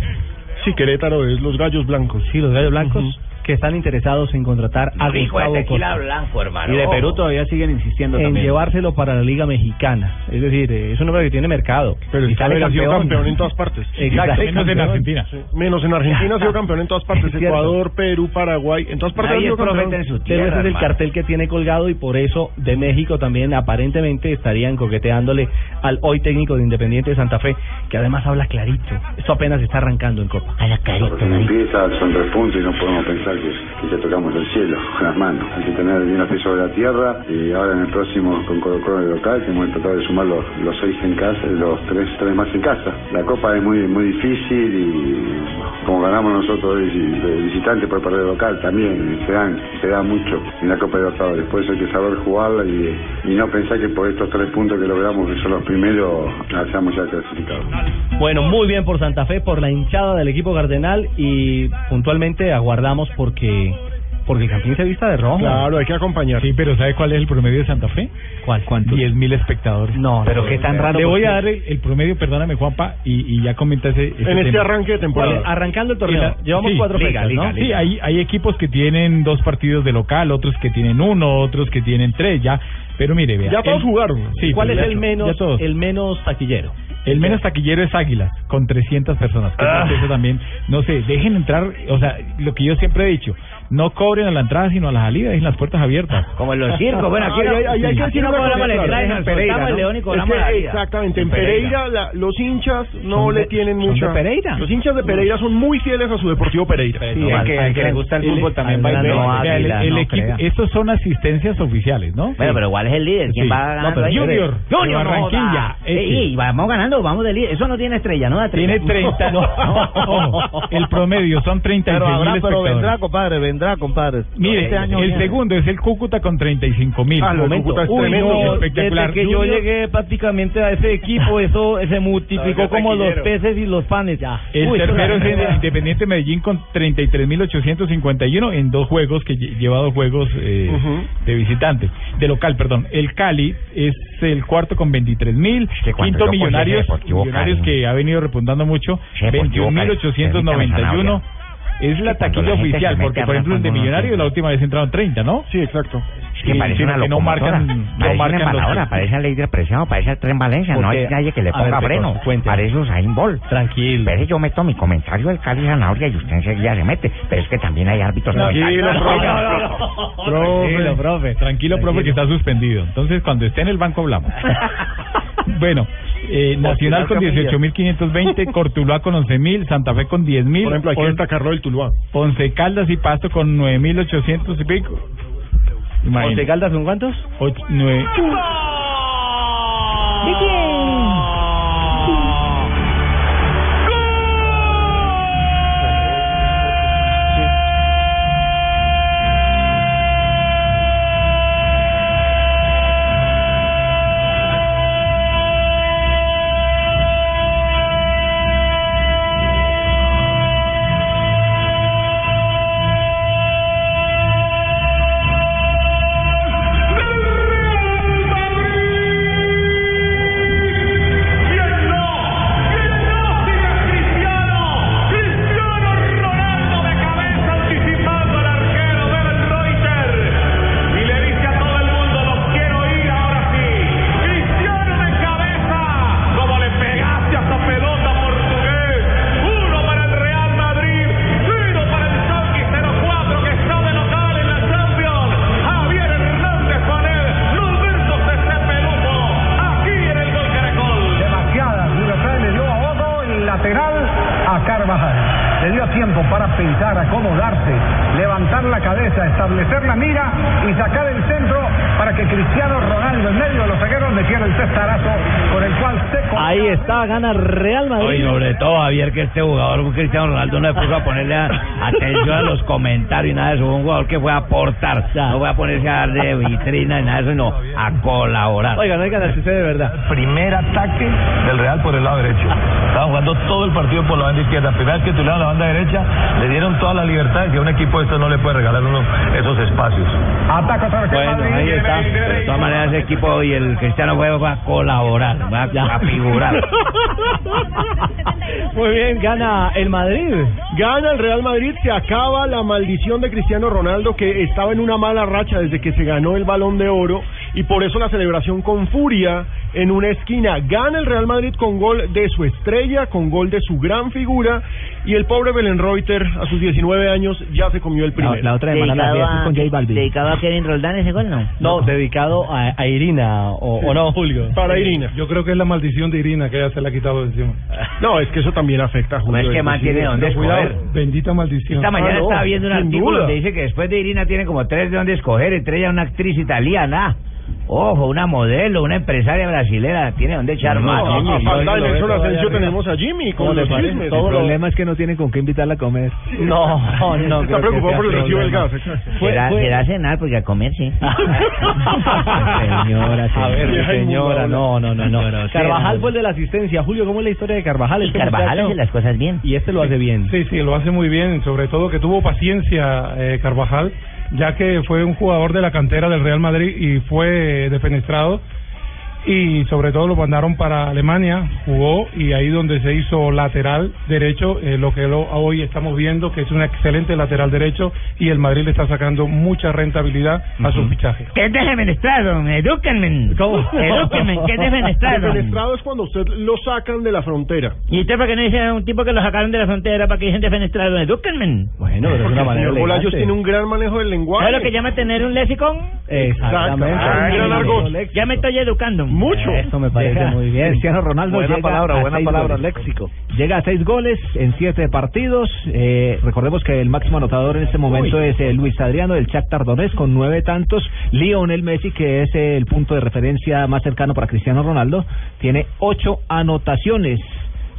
Sí, Querétaro es los gallos blancos. Sí, los gallos blancos
que están interesados en contratar a
Rico de
Gustavo
tequila
Costa.
blanco, hermano.
Y de Perú
todavía siguen insistiendo
en llevárselo para la Liga Mexicana. Es decir, eh, es un hombre que tiene mercado. Pero
A ver, ha sido campeón en todas partes.
Exacto.
Menos en Argentina. Menos en Argentina ha sido campeón en todas partes.
Es cierto.
Ecuador, Perú, Paraguay. En todas partes ha sido campeón.
Pero ese es el cartel que tiene colgado y por eso de México también aparentemente estarían coqueteándole al hoy técnico de Independiente de Santa Fe, que además habla clarito. Esto apenas está arrancando en Copa.
Habla clarito.
Cuando empieza son tres puntos y no podemos pensar que, que ya tocamos el cielo con las manos. Hay que tener bien los pies sobre la tierra y ahora en el próximo con Colo Colo de local que hemos tratado de sumar los, los seis en casa, los tres, tres más en casa. La copa es muy muy difícil y como ganamos nosotros de visi- de visitante por perder local también se dan, se da mucho en la Copa de Libertadores. Por eso hay que saber jugarla y, y no pensar que por estos tres puntos que logramos que son los primeros, ya seamos ya clasificados.
Bueno, muy bien por Santa Fe, por la hinchada del equipo cardenal y puntualmente aguardamos porque porque el campeón se vista de rojo.
Claro, hay que acompañar. Sí, pero ¿sabe cuál es el promedio de Santa Fe?
¿Cuál? ¿Cuántos?
10 mil espectadores.
No,
Pero no, qué tan no, raro,
Le voy
porque-
a dar el, el promedio, perdóname, Juanpa, y, y ya comenta ese. ese
En este
tema.
arranque de temporada.
Vale,
Arrancando el
Y
torneo,
la-
llevamos
sí,
cuatro fechas, ¿no?
Sí, hay, hay equipos que tienen dos partidos de local, otros que tienen uno, otros que tienen tres, ya. Pero mire, vea.
Ya todos
el-
jugaron.
Sí,
¿Cuál
pero
es
ya-
el menos-
ya todos.
el menos taquillero?
El menos taquillero es Águilas, con 300 personas. Que
Ah.
creo que Eso también, no sé, dejen entrar, o sea, lo que yo siempre he dicho, no cobren a la entrada, sino a la salida, dejen las puertas abiertas.
Como en los circos, bueno, aquí no- aquí no cobramos la entrada, en Pereira, ¿no? Es que
Exactamente,
En
en Pereira,
Pereira.
la- los hinchas no
Son
le
de-
tienen
son
mucha.
de Pereira.
Los hinchas de Pereira son muy fieles a su Deportivo Pereira.
Sí, al- al que le gusta el fútbol también va a ir. Mira, el- el equipo- Estos son asistencias oficiales, ¿no?
Bueno, pero igual es el líder. ¿Quién
Sí.
va ganando?
No, pero
ahí?
Junior.
Junior,
de
no joda.
Barranquilla,
Sí,
ese.
sí, vamos ganando, vamos de líder. Eso no tiene estrella, ¿no? da
Tiene
estrella.
30, no, ojo, el promedio son 36
Pero, habrá,
mil
pero
espectadores.
vendrá, compadre, vendrá, compadre.
Mire,
Este año
el
viene.
segundo es el Cúcuta con 35 mil.
Ah, lo de Cúcuta es tremendo.
espectacular.
Desde que yo
Junior,
llegué prácticamente a ese equipo, eso se multiplicó
Ahora que
como los
taquillero.
peces y los panes. Ya.
El
Uy,
tercero es
esto
el Independiente Medellín con 33.851 en dos juegos que lle- lleva dos juegos eh, de visitante, de local, perdón. El Cali es el cuarto con 23.000,
cuando
quinto
yo cogí ese
Millonarios,
Deportivo
Millonarios
Cali.
que ha venido repuntando mucho,
Ese Deportivo Cali,
21.891. Es la
la
taquilla
gente se
oficial,
mete
porque por
arranca
ejemplo el de
uno,
Millonarios
sí.
la última vez entraron 30, ¿no? Sí, exacto.
Es que parece una
que no
locomotora.
marcan, no marcan
parece una
los-
embaladora, parece ley de presión, parece el tren Valencia, no hay
Porque-
nadie que le
a
ponga
ver,
freno.
Pecos, cuente.
Parece Usain Bolt.
Tranquilo.
Pero yo meto mi comentario del Cali Zanahoria y usted enseguida se mete. Pero es que también hay árbitros.
Tranquilo,
comentarios.
profe.
Tranquilo,
Tranquilo, profe. que está suspendido. Entonces, cuando esté en el banco hablamos. bueno, eh, Nacional con
Camilla.
18.520, Cortuluá con 11.000, Santa Fe con 10.000.
Por ejemplo, hay que destacarlo del Tuluá.
Once Caldas y Pasto con 9.800 y pico.
¿Once Caldas son cuántos?
Ocho, nueve.
¿De
Ah.
levantar la cabeza, establecer la mira y sacar el centro para que Cristiano Ronaldo en medio de los zagueros metiera el cestarazo con el cual se
Ahí está, gana Real Madrid.
Oye, sobre todo, Javier, que este jugador, un Cristiano Ronaldo, no le puso a ponerle a- atención a los comentarios y nada de eso. Fue Un jugador que fue a aportar, no fue a ponerse a dar de vitrina y nada de eso, sino a colaborar.
Oigan, oigan, así se de verdad.
Primer ataque del Real por el lado derecho.
Estaban jugando todo el partido por la banda izquierda. Primero que tuvieron la banda derecha, le dieron toda la libertad que a un equipo de estos no le puede regalar uno esos espacios.
Ataca otra vez.
Bueno, ahí está. De todas maneras, ese equipo y el Cristiano fue va a colaborar, va a, a figurar.
Muy bien, gana el Madrid.
Gana el Real Madrid, se acaba la maldición de Cristiano Ronaldo que estaba en una mala racha desde que se ganó el balón de oro y por eso la celebración con furia en una esquina. Gana el Real Madrid con gol de su estrella, con gol de su gran figura y el pobre Belenreuter a sus 19 años ya se comió el primero.
dedicado a, dedicado a Kevin Roldán ese gol, ¿no?
No, dedicado a, a Irina, o, o no, Julio.
Sí, Yo creo que es la maldición de Irina que ella se la ha quitado de encima.
No, es que eso también afecta a Julio.
Pues
es que más
Inclusive,
tiene dónde
pero cuidado,
escoger.
Bendita maldición.
Esta
Ah,
mañana estaba viendo un artículo
duda.
que dice que después de Irina tiene como tres de dónde escoger, entre ellas una actriz italiana. Ojo, una modelo, una empresaria brasilera, tiene donde echar
No,
más.
a- a falta de Nelson Asensio tenemos a Jimmy con los
El
chismes.
problema es que no tienen con qué invitarla a comer.
No, no.
Está
creo que
preocupado
sea
por el recibo del
problema.
gas.
Será, será cenar porque a comer sí.
Señora,
A ver,
señora, señora, no, no, no, no.
Carvajal fue el de la asistencia. Julio, ¿cómo es la historia de Carvajal? Este muchacho-
cosas bien.
Y este lo hace bien.
Sí, sí, lo hace muy bien. Sobre todo que tuvo paciencia eh, Carvajal, ya que fue un jugador de la cantera del Real Madrid y fue eh, defenestrado. Y sobre todo lo mandaron para Alemania, jugó y ahí donde se hizo lateral derecho, eh, lo que lo- hoy estamos viendo que es un excelente lateral derecho y el Madrid le está sacando mucha rentabilidad a su fichaje.
¿Qué es defenestrado? Edúquenme. Edúquenme, ¿qué es defenestrado?
Defenestrado es cuando usted lo sacan de la frontera.
¿Y usted para qué no dice a un tipo que lo sacaron de la frontera para que dicen defenestrado? Edúquenme.
Bueno,
pero es una manera
El señor Bolaños
elegante.
tiene un gran manejo del lenguaje.
¿Sabes lo que llama tener un lexicon?
Exactamente. Ah,
Ay,
gran
no,
argot.
no, Ya me estoy educando. Mucho.
Eso me parece muy bien. Cristiano Ronaldo
Buena
llega
palabra,
a
buena
seis
palabra,
goles. Llega a seis goles en siete partidos. Eh, recordemos que el máximo anotador en este momento es eh, Luis Adriano del Shakhtar Donetsk con nueve tantos. Lionel Messi, que es eh, el punto de referencia más cercano para Cristiano Ronaldo, tiene ocho anotaciones.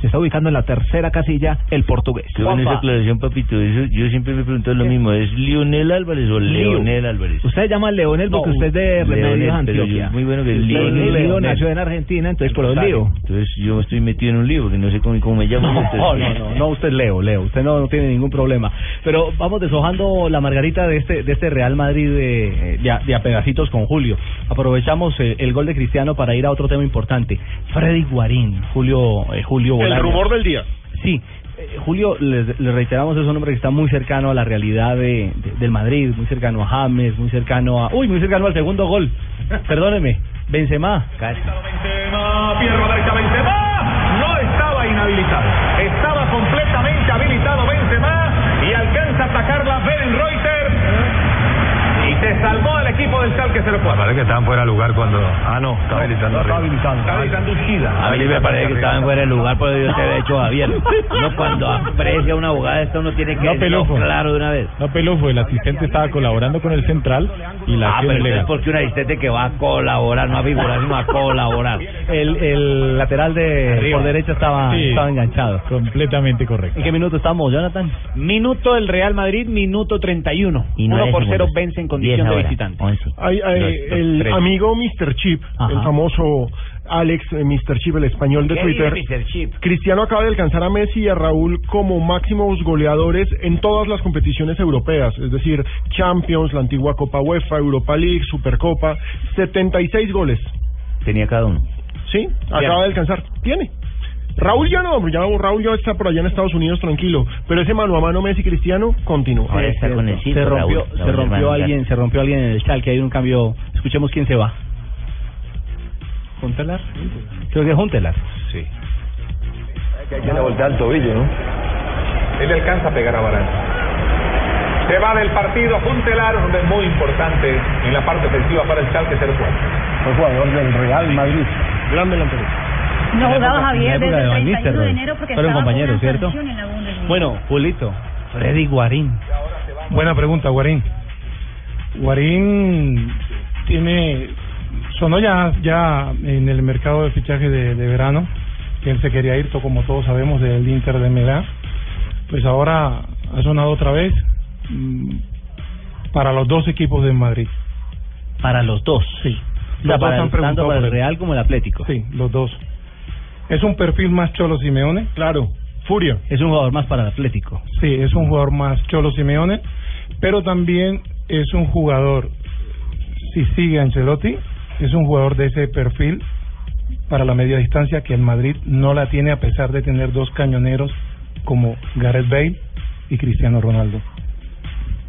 Se está ubicando en la tercera casilla el portugués.
Qué buena esa aclaración, papito. Eso, yo siempre me pregunto lo mismo. ¿Es Lionel Álvarez o
Leo.
Leonel Álvarez?
Usted llama a Leonel porque usted es de
Leonel,
Remedios
pero
Antioquia.
yo- muy bueno que es
Usted es
Lionel.
Leo,
Leonel.
nació en Argentina, entonces por el
Sabe.
lío.
Entonces yo estoy metido en un lío porque no sé cómo, cómo me llamo. entonces-
No, no, no, no, usted Leo, Leo, usted no, no tiene ningún problema.
Pero vamos deshojando la margarita de este, de este Real Madrid eh, de, de a, de a pedacitos con Julio. Aprovechamos eh, el gol de Cristiano para ir a otro tema importante. Freddy Guarín, Julio, eh, Julio
El
Bolaños.
rumor del día.
Sí, eh, Julio, le, le reiteramos, es un hombre que está muy cercano a la realidad de, de- del Madrid, muy cercano a James, muy cercano a... Uy, muy cercano al segundo gol. Perdóneme, Benzema.
Pierro derecha Benzema, no estaba inhabilitado, estaba completamente habilitado Benzema y alcanza a atacarla Ben Reuter y se salvó el equipo del Schalke 04.
Parece que estaban fuera de lugar cuando. Ah, no, estaba habilitando. arriba. Ah,
A mí me Ah, parece que estaban fuera de lugar, por Dios te había hecho Javier. Uno cuando aprecia una abogada, esto uno tiene que
No,
decirlo
Pelufo.
claro de una vez.
No, Pelufo, el asistente estaba colaborando con el central y la
Ah,
acción es
pero entonces
legal.
porque un asistente que va a colaborar, no a figurar, sino a colaborar.
El, el lateral de
Arriba.
por derecha estaba,
Sí.
estaba enganchado.
Completamente correcto.
¿En qué minuto estamos, Jonathan?
Minuto del Real Madrid, minuto 31.
Y
Uno
nueve
1 por 0
segundos.
vence en condición
Diez
de
ahora.
visitante.
Hay, hay
Dos, dos,
el
tres.
amigo Mr. Chip, el famoso Alex eh, Mr. Chip, el español de
¿Qué dice
Twitter.
Mr. Chip?
Cristiano acaba de alcanzar a Messi y a Raúl como máximos goleadores en todas las competiciones europeas, es decir, Champions, la antigua Copa UEFA, Europa League, Supercopa, 76 goles.
Tenía cada uno.
Sí, acaba de alcanzar. Tiene. Raúl ya no, ya Raúl ya está por allá en Estados Unidos tranquilo, pero ese mano a mano Messi Cristiano continúa.
Sí, es cierto. se rompió, se rompió alguien, se rompió alguien en el chat, que hay un cambio. Escuchemos quién se va. ¿Juntelar? Creo que es Juntelar.
Sí. Que hay que voltear el tobillo, ¿no? Él le alcanza a pegar a Varane.
Se va del partido Juntelar, donde es muy importante en la parte ofensiva para el Schalke 04.
Fue jugador del Real Madrid. Gran delantero.
No
En la
jugaba
época-
Javier
en la época
desde
de Van
el 31 de
Nistelrooy.
enero porque
Fueron
estaba con
compañeros,
una
¿cierto?
sanción en la Bundesliga.
Bueno, Julito, Freddy Guarín.
Buena pregunta, Guarín. Guarín tiene. Sonó ya, ya en el mercado de fichaje de, de verano que él se quería ir, to- como todos sabemos, del Inter de Milán. Pues ahora ha sonado otra vez mm, para los dos equipos de Madrid.
Para los dos.
Sí.
O sea, para el- tanto para el
Real
como el Atlético.
Sí, los dos. ¿Es un perfil más Cholo Simeone? Claro. Furio.
Es un jugador más para el Atlético.
Sí, es un jugador más Cholo Simeone, pero también es un jugador, si sigue Ancelotti, es un jugador de ese perfil para la media distancia que el Madrid no la tiene a pesar de tener dos cañoneros como Gareth Bale y Cristiano Ronaldo.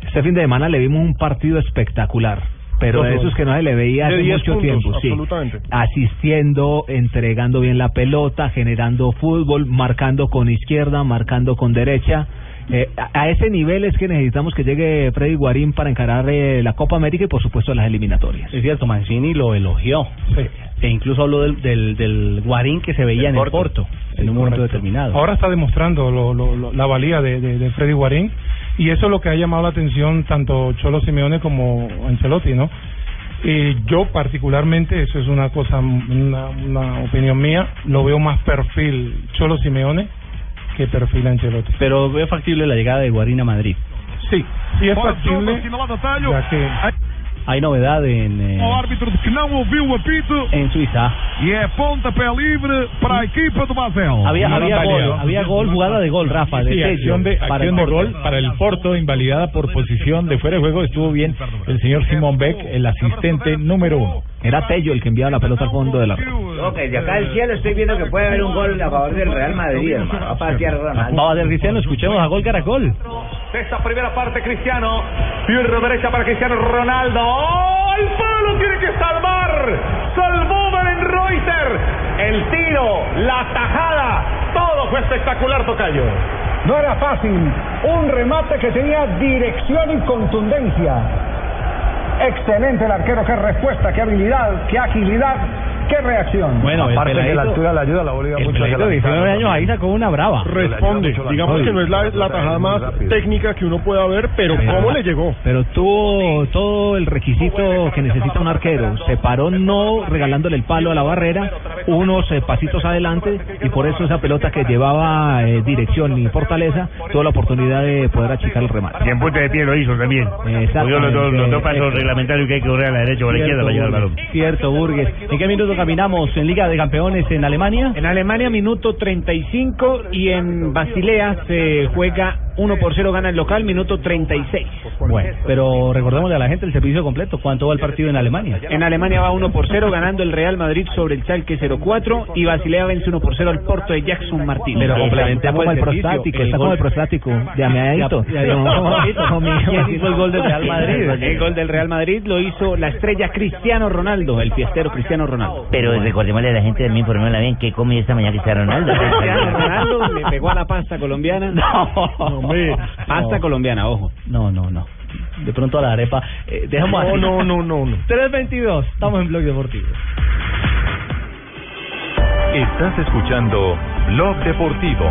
Este fin de semana le vimos un partido espectacular, pero
Dos
de esos
goles.
que no se le veía
De
hace
10
mucho
puntos,
tiempo. sí.
absolutamente.
Asistiendo, entregando bien la pelota, generando fútbol, marcando con izquierda, marcando con derecha. Eh, a, a ese nivel es que necesitamos que llegue Freddy Guarín para encarar eh, la Copa América y, por supuesto, las eliminatorias.
Es cierto, Mancini lo elogió. E incluso habló del, del, del Guarín que se veía en el Porto, en un momento determinado.
Ahora está demostrando lo- lo- lo- la valía de, de- de Freddy Guarín y eso es lo que ha llamado la atención tanto Cholo Simeone como Ancelotti, ¿no? Y yo particularmente, eso es una cosa, una, una opinión mía, lo veo más perfil Cholo Simeone que perfil Ancelotti.
Pero veo factible la llegada de Guarín a Madrid.
Sí, sí es factible, ya é que
Hay
é
novedad en, eh,
O árbitro que não ouviu o apito.
en Suiza.
E é pontapé livre para a equipa do Basel.
Había, había gol,
Invalidado.
había gol, jugada de gol, Rafa, de
Sí,
techo.
acción de,
para el
acción de
Porto.
gol para el Porto, invalidada por posición de fuera de juego. Estuvo bien el señor Simón Beck, el asistente número uno.
Era Tello el que enviaba la pelota al fondo de la red.
Ok, de acá del cielo estoy viendo que puede haber un gol a favor del Real Madrid, hermano. Va a patear Ronaldo.
Ah, Vamos a ver, Cristiano, escuchemos a gol Caracol.
De esta primera parte, Cristiano. Pierna derecha para Cristiano Ronaldo. ¡Oh! ¡El palo tiene que salvar! Salvó Beren Reuter. El tiro, la tajada. Todo fue espectacular, Tocayo.
No era fácil. Un remate que tenía dirección y contundencia. Excelente el arquero. Qué respuesta, qué habilidad, qué agilidad, qué reacción.
Bueno, el
aparte de la
peladito-
altura la ayuda, la obliga
el
mucho a
peladito de 19 años
ahí
sacó una brava.
Responde. Digamos que no es la, la tajada más técnica que uno pueda ver, pero ¿cómo le llegó?
Pero tuvo todo el requisito que necesita un arquero. Se paró no regalándole el palo a la barrera, unos eh, pasitos adelante, y por eso esa pelota que llevaba eh, dirección y fortaleza tuvo la oportunidad de poder achicar el remate.
Y en punta de pie lo hizo también. Cogió los dos, los dos pasos reglamentarios que hay que correr a la derecha o a la izquierda
Cierto,
para llegar al balón.
Burgues. Cierto, Burgues. ¿En qué minuto caminamos en Liga de Campeones en Alemania?
En Alemania, minuto 35 y en Basilea se juega 1 por 0, gana el local, minuto 36.
Bueno, pero recordémosle a la gente el servicio completo. ¿Cuánto va el partido en Alemania?
En Alemania va 1 por 0, ganando el Real Madrid sobre el Schalke 04 y Basilea vence 1 por 0 al Porto de Jackson Martínez.
Pero está como el prostático, está como el prostático. De ameadito.
Ya- ya- ¿Quién hizo el gol del Real Madrid? El gol del Real Madrid lo hizo la estrella Cristiano Ronaldo, el fiestero Cristiano Ronaldo.
Pero recordémosle a la gente también, por no la bien, que comió esta mañana que está Ronaldo.
Cristiano Ronaldo le pegó a la pasta colombiana. No, pasta colombiana, ojo.
No, no, no. De pronto a la arepa. Eh, dejamos
No, no, no, no, no.
3.22. Estamos en Blog Deportivo.
Estás escuchando Blog Deportivo.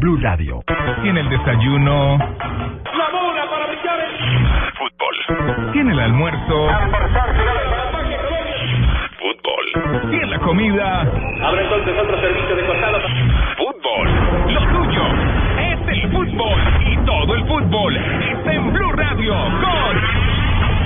Blue Radio.
Tiene el desayuno.
La bola para Michales.
Fútbol. Tiene el almuerzo. Fútbol. Tiene la comida.
Abre entonces otro servicio de costado.
Fútbol. Lo tuyo es el fútbol. Y todo el fútbol está en Blue Radio con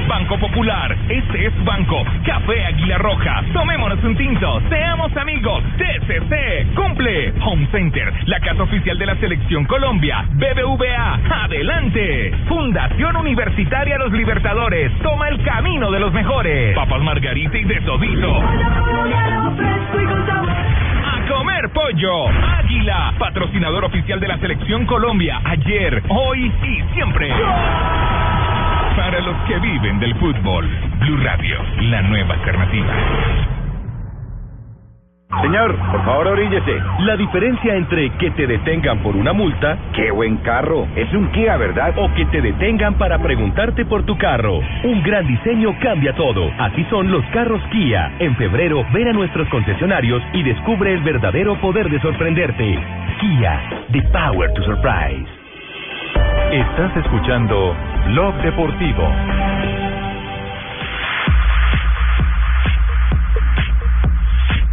Banco Popular. Este es Banco. Café Águila Roja. Tomémonos un tinto. Seamos amigos. TCC. Cumple. Home Center. La casa oficial de la Selección Colombia. BBVA. Adelante. Fundación Universitaria Los Libertadores. Toma el camino de los mejores. Papas Margarita y de Todito. Comer pollo. Águila, patrocinador oficial de la Selección Colombia. Ayer, hoy y siempre. Para los que viven del fútbol, Blue Radio, la nueva alternativa.
Señor, por favor, oríllese. La diferencia entre que te detengan por una multa, qué buen carro, es un Kia, ¿verdad? O que te detengan para preguntarte por tu carro. Un gran diseño cambia todo. Así son los carros Kia. En febrero, ven a nuestros concesionarios y descubre el verdadero poder de sorprenderte. Kia, the power to surprise.
Estás escuchando Blog Deportivo.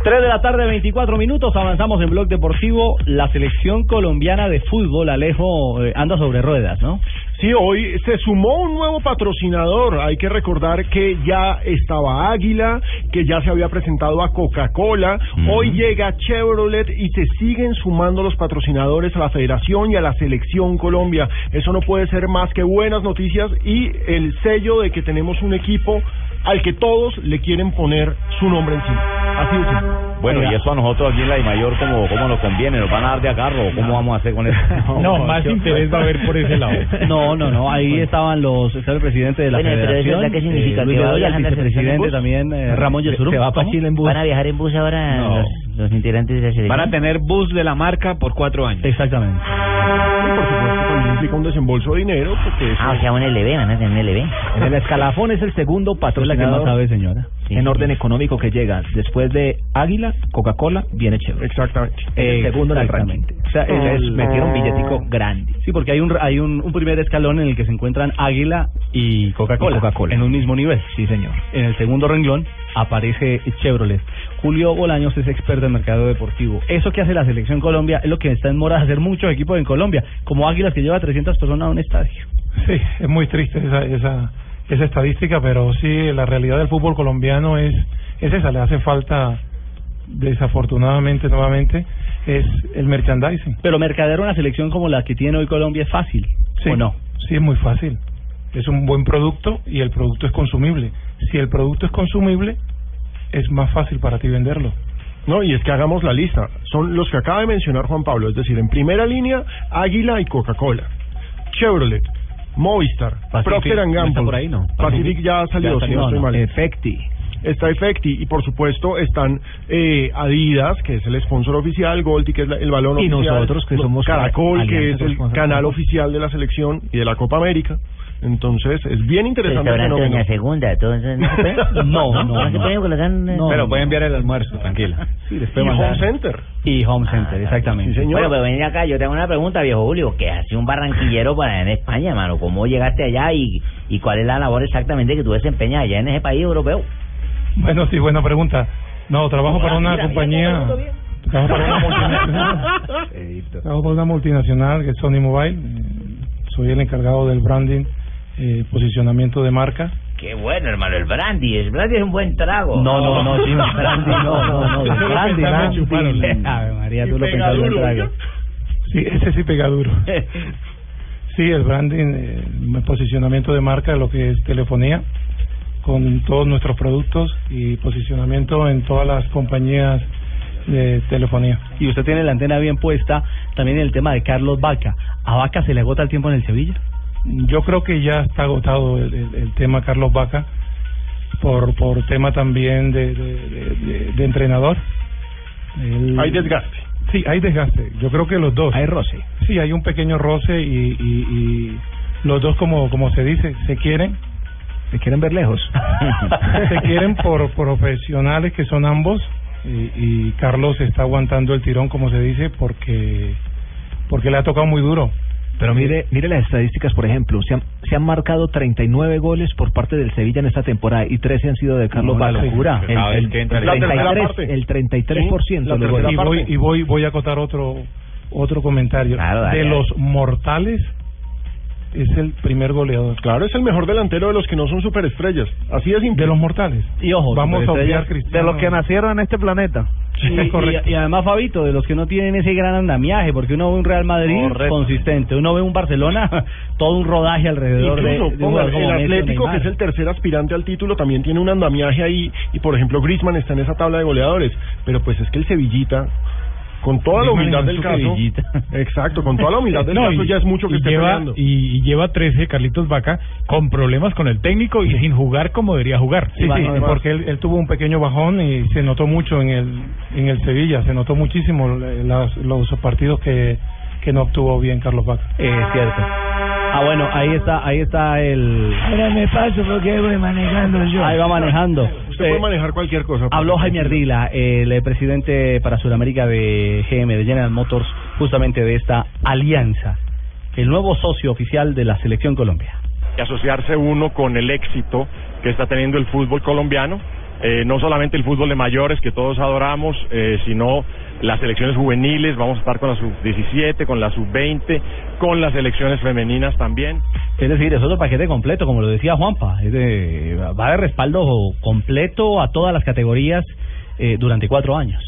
Tres de la tarde, 24 minutos, avanzamos en Blog Deportivo. La selección colombiana de fútbol, Alejo, eh, anda sobre ruedas, ¿no?
Sí, hoy se sumó un nuevo patrocinador. Hay que recordar que ya estaba Águila, que ya se había presentado a Coca-Cola. Hoy llega Chevrolet y se siguen sumando los patrocinadores a la Federación y a la Selección Colombia. Eso no puede ser más que buenas noticias y el sello de que tenemos un equipo al que todos le quieren poner su nombre encima. Así de simple.
Bueno, y eso a nosotros aquí en la I Mayor, ¿cómo, cómo nos conviene? ¿Nos van a dar de agarro? ¿Cómo vamos a hacer con eso?
No, más interés va a haber por ese lado.
No, no, no, ahí estaban los, estaba el presidente de la
Bueno, pero
federación. eh,
¿es verdad que significa
Luis
que va a
Bedoya,
viajar
el
la selección en
vicepresidente
bus?
también, eh, Ramón Yesurum.
¿Se va para
Chile en bus?
¿Van a viajar en bus ahora
No.
los, los integrantes de la selección?
Van a tener bus de la marca por cuatro años.
Exactamente.
Y por supuesto también implica un desembolso de dinero porque eso-
Ah, o sea, un LB, van a tener un LB.
En el escalafón es el segundo patrocinador
más sabe,
señora. en orden económico que llega. Después de Águila, Coca-Cola, viene chévere.
Exactamente.
El segundo en el ranking.
O sea, es- es- metieron billetico
grande.
Sí, porque hay un hay un, un primer escalón en el que se encuentran Águila y Coca-Cola en un mismo nivel.
Sí, señor.
En el segundo renglón aparece Chevrolet. Julio Bolaños es experto en mercado deportivo. Eso que hace la selección Colombia es lo que está en mora de hacer muchos equipos en Colombia, como Águilas que lleva 300 personas a un estadio.
Sí, es muy triste esa, esa, esa estadística, pero sí, la realidad del fútbol colombiano es, es esa, le hace falta, desafortunadamente, nuevamente, es el merchandising.
Pero mercadear una selección como la que tiene hoy Colombia es fácil,
Sí,
¿o no?
Sí, es muy fácil. Es un buen producto y el producto es consumible. Si el producto es consumible, es más fácil para ti venderlo.
No, y es que hagamos la lista. Son los que acaba de mencionar Juan Pablo, es decir, en primera línea, Águila y Coca-Cola. Chevrolet, Movistar,
Pacific,
Procter
¿no
and
está
Gamble.
por ahí, no?
Pacific ya salió,
Ya
si
salió,
no estoy
no.
mal. Efecti. Está Efecti y por supuesto están eh, Adidas, que es el sponsor oficial, Golti, que es la- el balón
Y
oficial.
nosotros, que
los-
somos
Caracol, que
alianza
es el
sponsor.
canal oficial de la selección y de la Copa América. Entonces, es bien interesante el
Restaurante
fenómeno.
Doña Segunda, todo eso, ¿no se puede?
No, no.
¿No se puede colocar eh? una-
Pero puede enviar el almuerzo, tranquila.
Sí,
les puede mandar.
Center.
Y Home Center, exactamente.
Bueno, pero ven acá, yo tengo una pregunta, viejo Julio. ¿Qué hace un barranquillero para en España, mano? ¿Cómo llegaste allá y, y cuál es la labor exactamente que tú desempeñas allá en ese país europeo?
Bueno, sí, buena pregunta. No, trabajo para una
Mira, mira,
compañía.
todo bien.
Trabajo para una multinacional. Trabajo para una multinacional que es Sony Mobile. Eh, Soy el encargado del branding, eh, posicionamiento de marca.
Qué bueno, hermano, el brandy. El brandy es un buen trago.
No, no, no, sí, no, brandy, no, no, no,
Eso lo
brandy,
ah,
pensaron,
brandy.
chuparon.
Ave María, tú lo
pega
pensaste en
duro,
trago.
Sí, ese sí pega duro. Sí, el branding, eh, el posicionamiento de marca, lo que es telefonía, con todos nuestros productos y posicionamiento en todas las compañías de telefonía.
Y usted tiene la antena bien puesta también en el tema de Carlos Vaca. ¿A Vaca se le agota el tiempo en el Sevilla?
Yo creo que ya está agotado el, el- el tema Carlos Vaca por por tema también de, de- de- de- de entrenador. Él-
Hay desgaste.
Sí, hay desgaste. Yo creo que los dos. Hay roce. Sí, hay un pequeño roce y, y- y los dos, como, como se dice, se quieren.
Te quieren ver lejos.
se quieren por profesionales que son ambos. Y, y Carlos está aguantando el tirón, como se dice, porque porque le ha tocado muy duro.
Pero mire, mire las estadísticas, por ejemplo, se han, se han marcado 39 goles por parte del Sevilla en esta temporada y 13 han sido de Carlos
Una
Vaca.
locura.
El,
Cada
el
vez que entra el- La tercera
33,
parte.
el 33%
Sí, la
de los
tercera
goles.
parte. y voy y voy voy a acotar otro otro comentario
Claro, dale,
de
dale.
los mortales es el primer goleador.
Claro, es el mejor delantero de los que no son superestrellas. Así es
De los mortales.
Y ojo,
Vamos a obviar
de los que nacieron en este planeta.
Y, y- y además, Fabito, de los que no tienen ese gran andamiaje, porque uno ve un Real Madrid consistente, uno ve un Barcelona, todo un rodaje alrededor de-
Incluso,
de, un
ponga,
jugador como
el
Messi o
Atlético, que
Neymar.
es el tercer aspirante al título, también tiene un andamiaje ahí. Y por ejemplo, Griezmann está en esa tabla de goleadores. Pero pues es que el Sevillita, con toda la
Griezmann
humildad
es
del
su
caso.
Sevillita.
Exacto, con toda la humildad del
No,
caso,
y-
ya es mucho que
y
esté
lleva,
peleando.
Y, y lleva 13 Carlitos Vaca con problemas con el técnico y sin jugar como debería jugar.
Sí, sí, porque él, él tuvo un pequeño bajón y se notó mucho en el en el Sevilla, se notó muchísimo eh, las- los partidos que, que no obtuvo bien Carlos Vaca.
Es cierto. Ah, bueno, ahí está, ahí está el...
Ahora me paso porque voy manejando yo.
Ahí va manejando. Eh,
Usted puede manejar cualquier cosa.
Habló Jaime Ardila, el eh, presidente para Sudamérica de GM, de General Motors, justamente de esta alianza, el nuevo socio oficial de la Selección Colombia.
y asociarse uno con el éxito que está teniendo el fútbol colombiano, eh, no solamente el fútbol de mayores que todos adoramos, eh, sino las selecciones juveniles, vamos a estar con la sub-17, con la sub-20, con las selecciones femeninas también.
Es decir, es otro paquete completo, como lo decía Juanpa. Es de- va de respaldo completo a todas las categorías eh, durante cuatro años.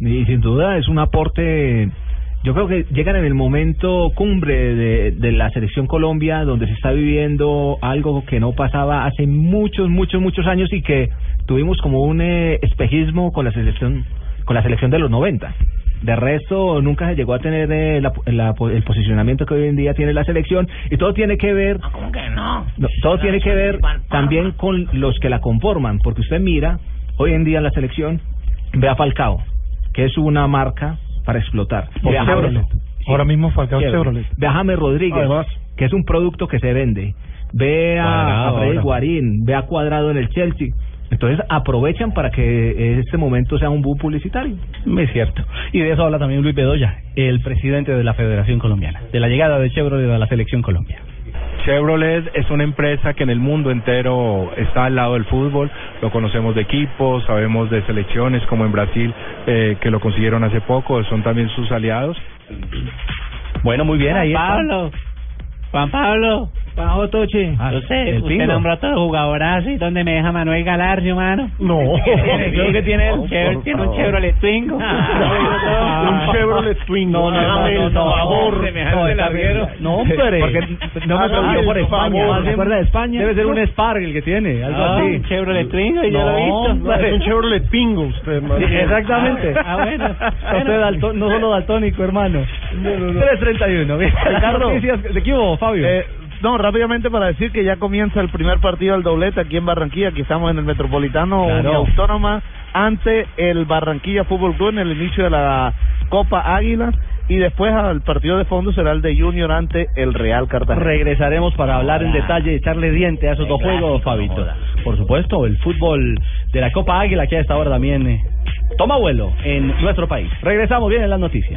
Y sin duda eh, es un aporte. Yo creo que llegan en el momento cumbre de, de la selección Colombia, donde se está viviendo algo que no pasaba hace muchos, muchos, muchos años y que tuvimos como un eh, espejismo con la selección, con la selección de los 90. De resto, nunca se llegó a tener eh, la- la- el posicionamiento que hoy en día tiene la selección y todo tiene que ver
no?
no, todo tiene que ver también con los que la conforman, porque usted mira, hoy en día en la selección, ve a Falcao, que es una marca para explotar.
O
Ve a
Chevrolet.
James-
Ahora mismo Falcao
Chevrolet.
Chevrolet.
Ve a James Rodríguez,
Además.
que es un producto que se vende. Ve a,
Cuadrado
a Freddy
ahora.
Guarín, ve a Cuadrado en el Chelsea. Entonces aprovechan para que este momento sea un boom publicitario.
Es cierto. Y de eso habla también Luis Bedoya, el presidente de la Federación Colombiana, de la llegada de Chevrolet a la Selección Colombia.
Chevrolet es una empresa que en el mundo entero está al lado del fútbol, lo conocemos de equipos, sabemos de selecciones como en Brasil eh, que lo consiguieron hace poco, son también sus aliados.
Bueno, muy bien, ahí está.
Juan Pablo. Juanjo Toche.
Ah,
yo sé,
el
usted
pingo.
nombró a todos los jugadorazos y ¿dónde me deja Manuel Galarcio, mano?
No.
Creo que tiene el
No,
Chevrolet,
por
tiene un
favor.
Chevrolet Twingo.
Ah.
Ah.
un Chevrolet Twingo.
No, no, no,
Dame
no,
el
no,
favor.
semejante
No, está bien.
larguero.
No, hombre.
Porque
no me
Hágame
preguntó por
el
España.
favor.
¿Se acuerda de España? Debe ser un Spark el que tiene, algo
Ah,
así.
un Chevrolet Twingo, yo lo he
No,
visto.
hombre.
Es un
Chevrolet Pingo, usted,
más bien.
Exactamente.
Ah, bueno.
Usted es dalto- no solo daltónico, hermano. 331. bien. Ricardo. ¿De qué hubo, Fabio?
Eh, no, rápidamente para decir que ya comienza el primer partido del doblete aquí en Barranquilla. Aquí estamos en el Metropolitano
Claro.
Unión Autónoma ante el Barranquilla Fútbol Club en el inicio de la Copa Águila. Y después al partido de fondo será el de Junior ante el Real Cartagena.
Regresaremos para hablar en detalle, echarle diente a esos dos juegos, Fabito. Por supuesto, el fútbol de la Copa Águila, que a esta hora también eh, toma vuelo en nuestro país. Regresamos bien en las noticias.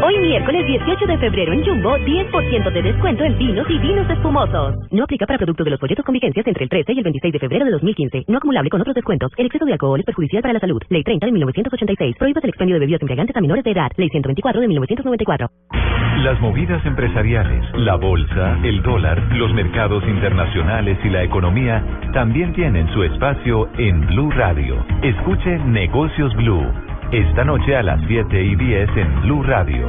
Hoy miércoles 18 de febrero en Jumbo, 10% de descuento en vinos y vinos espumosos. No aplica para productos de los folletos con vigencias entre el 13 y el 26 de febrero de 2015. No acumulable con otros descuentos. El exceso de alcohol es perjudicial para la salud. Ley 30 de 1986. Prohíbe el expendio de bebidas embriagantes a menores de edad. Ley 124 de 1994.
Las movidas empresariales, la bolsa, el dólar, los mercados internacionales y la economía también tienen su espacio en Blue Radio. Escuche Negocios Blue. Esta noche a las 7 y 10 en Blue Radio.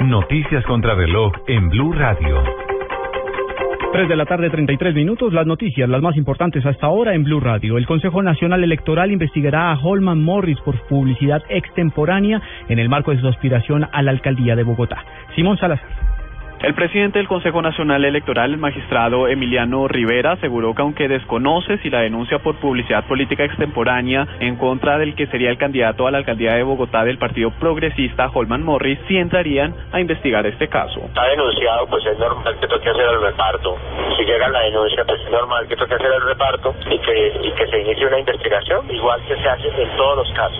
Noticias contra reloj en Blue Radio.
3 de la tarde, 33 minutos. Las noticias, las más importantes hasta ahora en Blue Radio. El Consejo Nacional Electoral investigará a Holman Morris por publicidad extemporánea en el marco de su aspiración a la alcaldía de Bogotá. Simón Salazar.
El presidente del Consejo Nacional Electoral, el magistrado Emiliano Rivera, aseguró que aunque desconoce si la denuncia por publicidad política extemporánea en contra del que sería el candidato a la alcaldía de Bogotá del Partido Progresista, Holman Morris, sí entrarían a investigar este caso.
Está denunciado, pues es normal que toque hacer el reparto. Si llega la denuncia, pues es normal que toque hacer el reparto y que, y que se inicie una investigación, igual que se hace en todos los casos.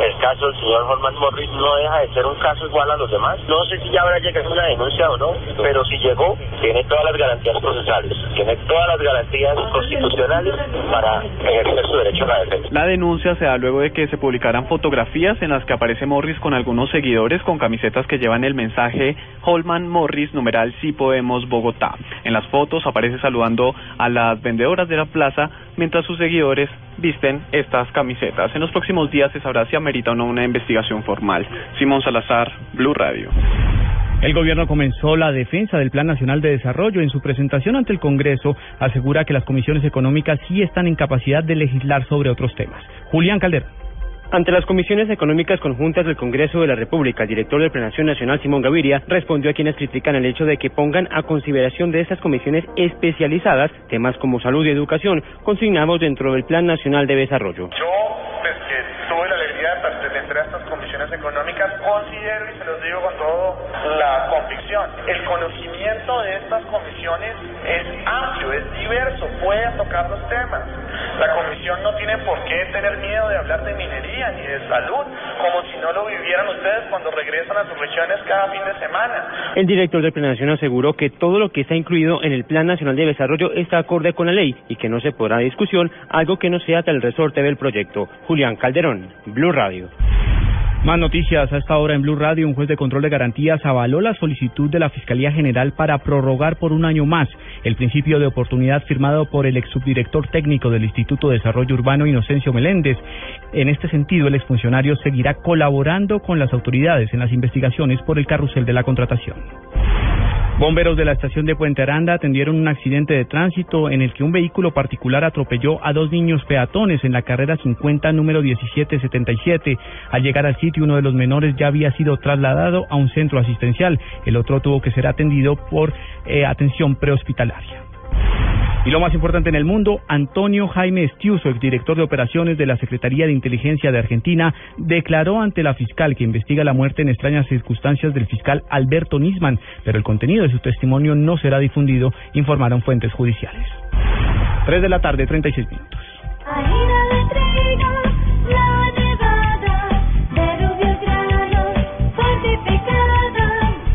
El caso del señor Holman Morris no deja de ser un caso igual a los demás. No sé si ya habrá llegado una denuncia o no pero si llegó, tiene todas las garantías procesales, tiene todas las garantías constitucionales para ejercer su derecho a la defensa.
La denuncia se da luego de que se publicaran fotografías en las que aparece Morris con algunos seguidores con camisetas que llevan el mensaje Holman Morris, numeral Si Podemos Bogotá. En las fotos aparece saludando a las vendedoras de la plaza mientras sus seguidores visten estas camisetas. En los próximos días se sabrá si amerita o no una investigación formal. Simón Salazar, Blue Radio.
El gobierno comenzó la defensa del Plan Nacional de Desarrollo. En su presentación ante el Congreso asegura que las comisiones económicas sí están en capacidad de legislar sobre otros temas. Julián Calderón.
Ante las comisiones económicas conjuntas del Congreso de la República, el director de Planación Nacional, Simón Gaviria, respondió a quienes critican el hecho de que pongan a consideración de estas comisiones especializadas temas como salud y educación, consignados dentro del Plan Nacional de Desarrollo.
Yo, pues, que tuve la alegría de pertenecer a estas comisiones económicas, considero, y se los digo con toda la convicción, el conocimiento de estas comisiones es amplio, es diverso, pueden tocar los temas. La comisión no tiene por qué tener miedo de hablar de minería ni de salud, como si no lo vivieran ustedes cuando regresan a sus regiones cada fin de semana.
El director de Planación aseguró que todo lo que está incluido en el Plan Nacional de Desarrollo está acorde con la ley y que no se podrá discusión algo que no sea del resorte del proyecto. Julián Calderón, Blue Radio.
Más noticias a esta hora en Blue Radio. Un juez de control de garantías avaló la solicitud de la Fiscalía General para prorrogar por un año más el principio de oportunidad firmado por el ex subdirector técnico del Instituto de Desarrollo Urbano Inocencio Meléndez. En este sentido, el exfuncionario seguirá colaborando con las autoridades en las investigaciones por el carrusel de la contratación. Bomberos de la estación de Puente Aranda atendieron un accidente de tránsito en el que un vehículo particular atropelló a dos niños peatones en la carrera 50 número 1777. Al llegar al sitio, uno de los menores ya había sido trasladado a un centro asistencial. El otro tuvo que ser atendido por eh, atención prehospitalaria. Y lo más importante en el mundo, Antonio Jaime Estiuso, exdirector de operaciones de la Secretaría de Inteligencia de Argentina, declaró ante la fiscal que investiga la muerte en extrañas circunstancias del fiscal Alberto Nisman, pero el contenido de su testimonio no será difundido, informaron fuentes judiciales. 3 de la tarde, 36 minutos.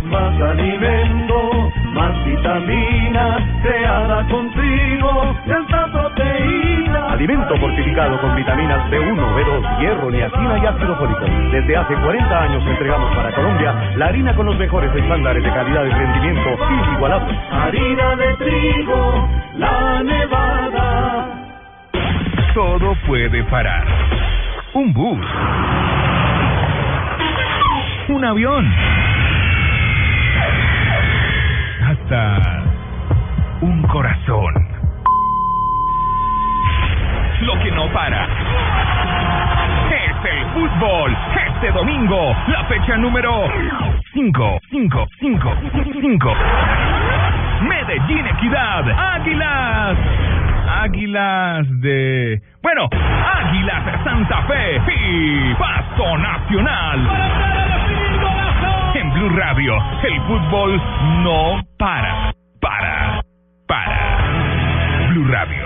Más alimento, más vitamina, creada contigo, tanta proteína.
Alimento fortificado con vitaminas B1, B2, hierro, niacina y ácido fólico. Desde hace 40 años entregamos para Colombia la harina con los mejores estándares de calidad y rendimiento inigualables.
Harina de trigo, la nevada.
Todo puede parar. Un bus. Un avión. Hasta un corazón. Lo que no para. Es el fútbol. Este domingo, la fecha número 5, 5, 5, 5. Medellín Equidad. Águilas. Águilas de... Bueno, Águilas de Santa Fe y Pasto Nacional. En Blue Radio, el fútbol no para. Para. Para. Blue Radio,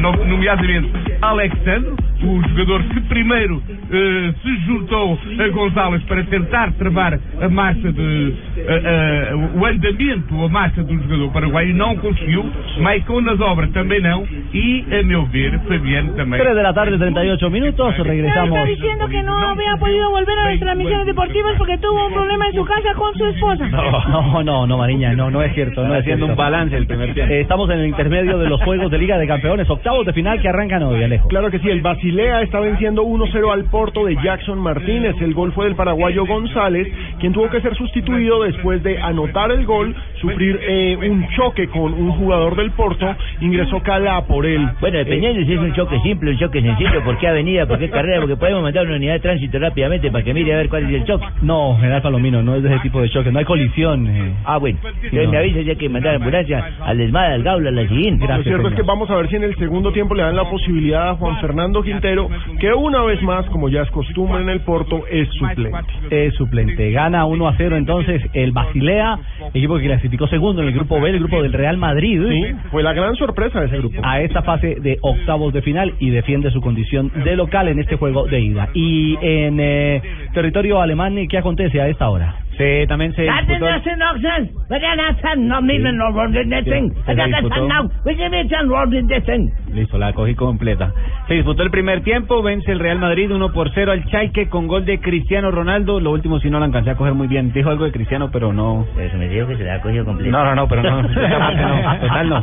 No, nomeadamente Alexandre, o jogador que primeiro eh, se juntou a Gonzalez para tentar travar a marcha de eh, eh, o andamento, a marcha do jogador paraguaio, E não conseguiu. Maicon nas obras também não. E, a meu ver, Fabiano também.
3 de la tarde, 38 minutos, regresamos.
Está diciendo que no había podido volver a las transmisiones deportivas porque tuvo un problema en su casa con su esposa.
No, no, no, Mariña, no, no es Eh, cierto. No
haciendo un balance el primer tiempo.
Estamos en el intermedio de los juegos de Liga
Liga de Campeones, octavos de final que arrancan hoy, Alejo.
Claro que sí, el Basilea está venciendo 1-0 al Porto de Jackson Martínez. El gol fue del paraguayo González, quien tuvo que ser sustituido después de anotar el gol, sufrir eh, un choque con un jugador del Porto. Ingresó Calá por él.
Ah, Bueno, dependiendo si es un choque simple, un choque sencillo, por qué avenida, por qué carrera, porque podemos mandar una unidad de tránsito rápidamente para que mire a ver cuál es el choque.
No, general Palomino, no es de ese tipo de choque, no hay colisión. eh.
Ah, bueno, entonces
no.
me avisa ya que mandar ambulancia al desmada, al gaula, a la siguiente.
Lo cierto es que vamos a ver si en el segundo tiempo le dan la posibilidad a Juan Fernando Quintero, que una vez más, como ya es costumbre en el Porto, es suplente.
Es Eh, suplente. Gana 1 a 0 entonces el Basilea, equipo que clasificó segundo en el grupo B, el grupo del Real Madrid.
fue la gran sorpresa de ese grupo.
A esta fase de octavos de final y defiende su condición de local en este juego de ida. Y en eh, territorio alemán, ¿qué acontece a esta hora?
Se, también se
That is
disputó-
nothing nonsense. We got nothing, not even no in this thing.
Se
I got
disputó.
nothing now. We give it and roll in this thing.
Listo, la cogí completa. Se disputó el primer tiempo, vence el Real Madrid 1 por 0 al Chalque con gol de Cristiano Ronaldo. Lo último si no la alcancé a coger muy bien. Dijo algo de Cristiano, pero no.
Pero se Pues me dijo que se la ha cogido completa.
No, no, no, pero no. Totalmente no. Total no.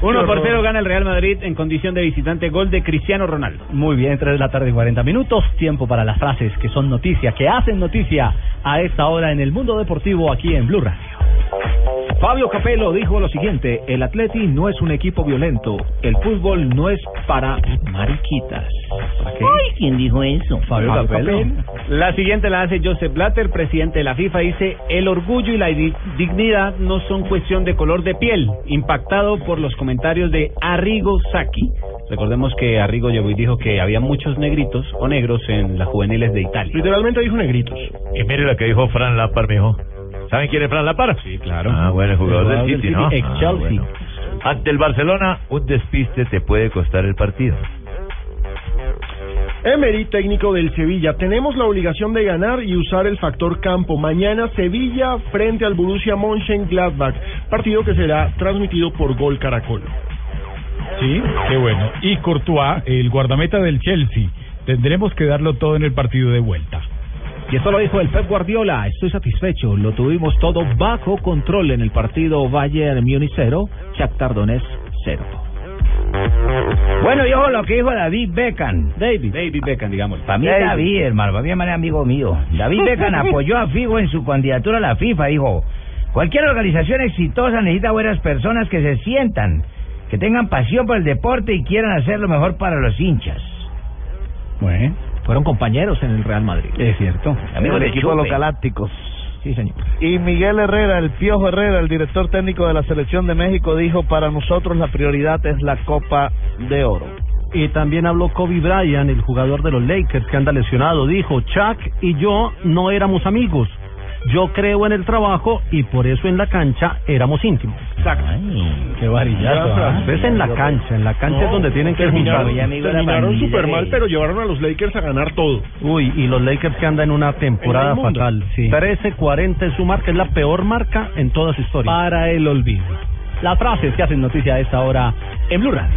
1 por 0 gana el Real Madrid en condición de visitante. Gol de Cristiano Ronaldo.
Muy bien, 3 de la tarde y 40 minutos, tiempo para las frases que son noticia, que hacen noticia a esta hora en el mundo deportivo aquí en Blue Radio.
Fabio Capello dijo lo siguiente, el Atleti no es un equipo violento, el fútbol no es para mariquitas.
Ay, ¿quién dijo eso?
Fabio Capello. La siguiente la hace Joseph Blatter, presidente de la FIFA. Dice: El orgullo y la di- dignidad no son cuestión de color de piel. Impactado por los comentarios de Arrigo Sacchi. Recordemos que Arrigo llegó y dijo que había muchos negritos o negros en las juveniles de Italia.
Literalmente dijo negritos.
Y mire lo que dijo Fran Lapar, mijo. ¿Saben quién es Fran Lapar? Sí, claro. Ah, bueno, el jugador,
jugador
del
del
City,
City,
¿no?
ex
Ah,
Chelsea.
bueno. Ante el Barcelona, un despiste te puede costar el partido.
Emery, técnico del Sevilla, tenemos la obligación de ganar y usar el factor campo. Mañana Sevilla frente al Borussia Mönchengladbach, partido que será transmitido por Gol Caracol.
Sí, qué bueno. Y Courtois, el guardameta del Chelsea. Tendremos que darlo todo en el partido de vuelta.
Y esto lo dijo el Pep Guardiola, estoy satisfecho, lo tuvimos todo bajo control en el partido Bayern Múnich 0, Shakhtar Donetsk 0.
Bueno, yo lo que dijo David Beckham.
David. David Beckham, digamos.
Para mí David, hermano, para mí hermano es amigo mío. David Beckham apoyó a Figo en su candidatura a la FIFA, dijo, cualquier organización exitosa necesita buenas personas que se sientan, que tengan pasión por el deporte y quieran hacer lo mejor para los hinchas.
Bueno, fueron compañeros en el Real Madrid.
Es cierto.
Amigos el de equipo de Chupe. los Galácticos.
Sí, señor.
Y Miguel Herrera, el Piojo Herrera, el director técnico de la Selección de México, dijo, para nosotros la prioridad es la Copa de Oro.
Y también habló Kobe Bryant, el jugador de los Lakers que anda lesionado. Dijo, Chuck y yo no éramos amigos. Yo creo en el trabajo y por eso en la cancha éramos íntimos.
Exacto.
Qué varillazo. ¿ah? Es en la cancha, en la cancha es donde tienen que juntar.
terminaron, terminaron súper mal, pero llevaron a los Lakers a ganar todo.
Uy, y los Lakers que andan en una temporada
En el mundo.
fatal. 13-40 es su marca, es la peor marca en toda su historia.
Para el olvido. Las frases que hacen noticia a esta hora en Blue Radio.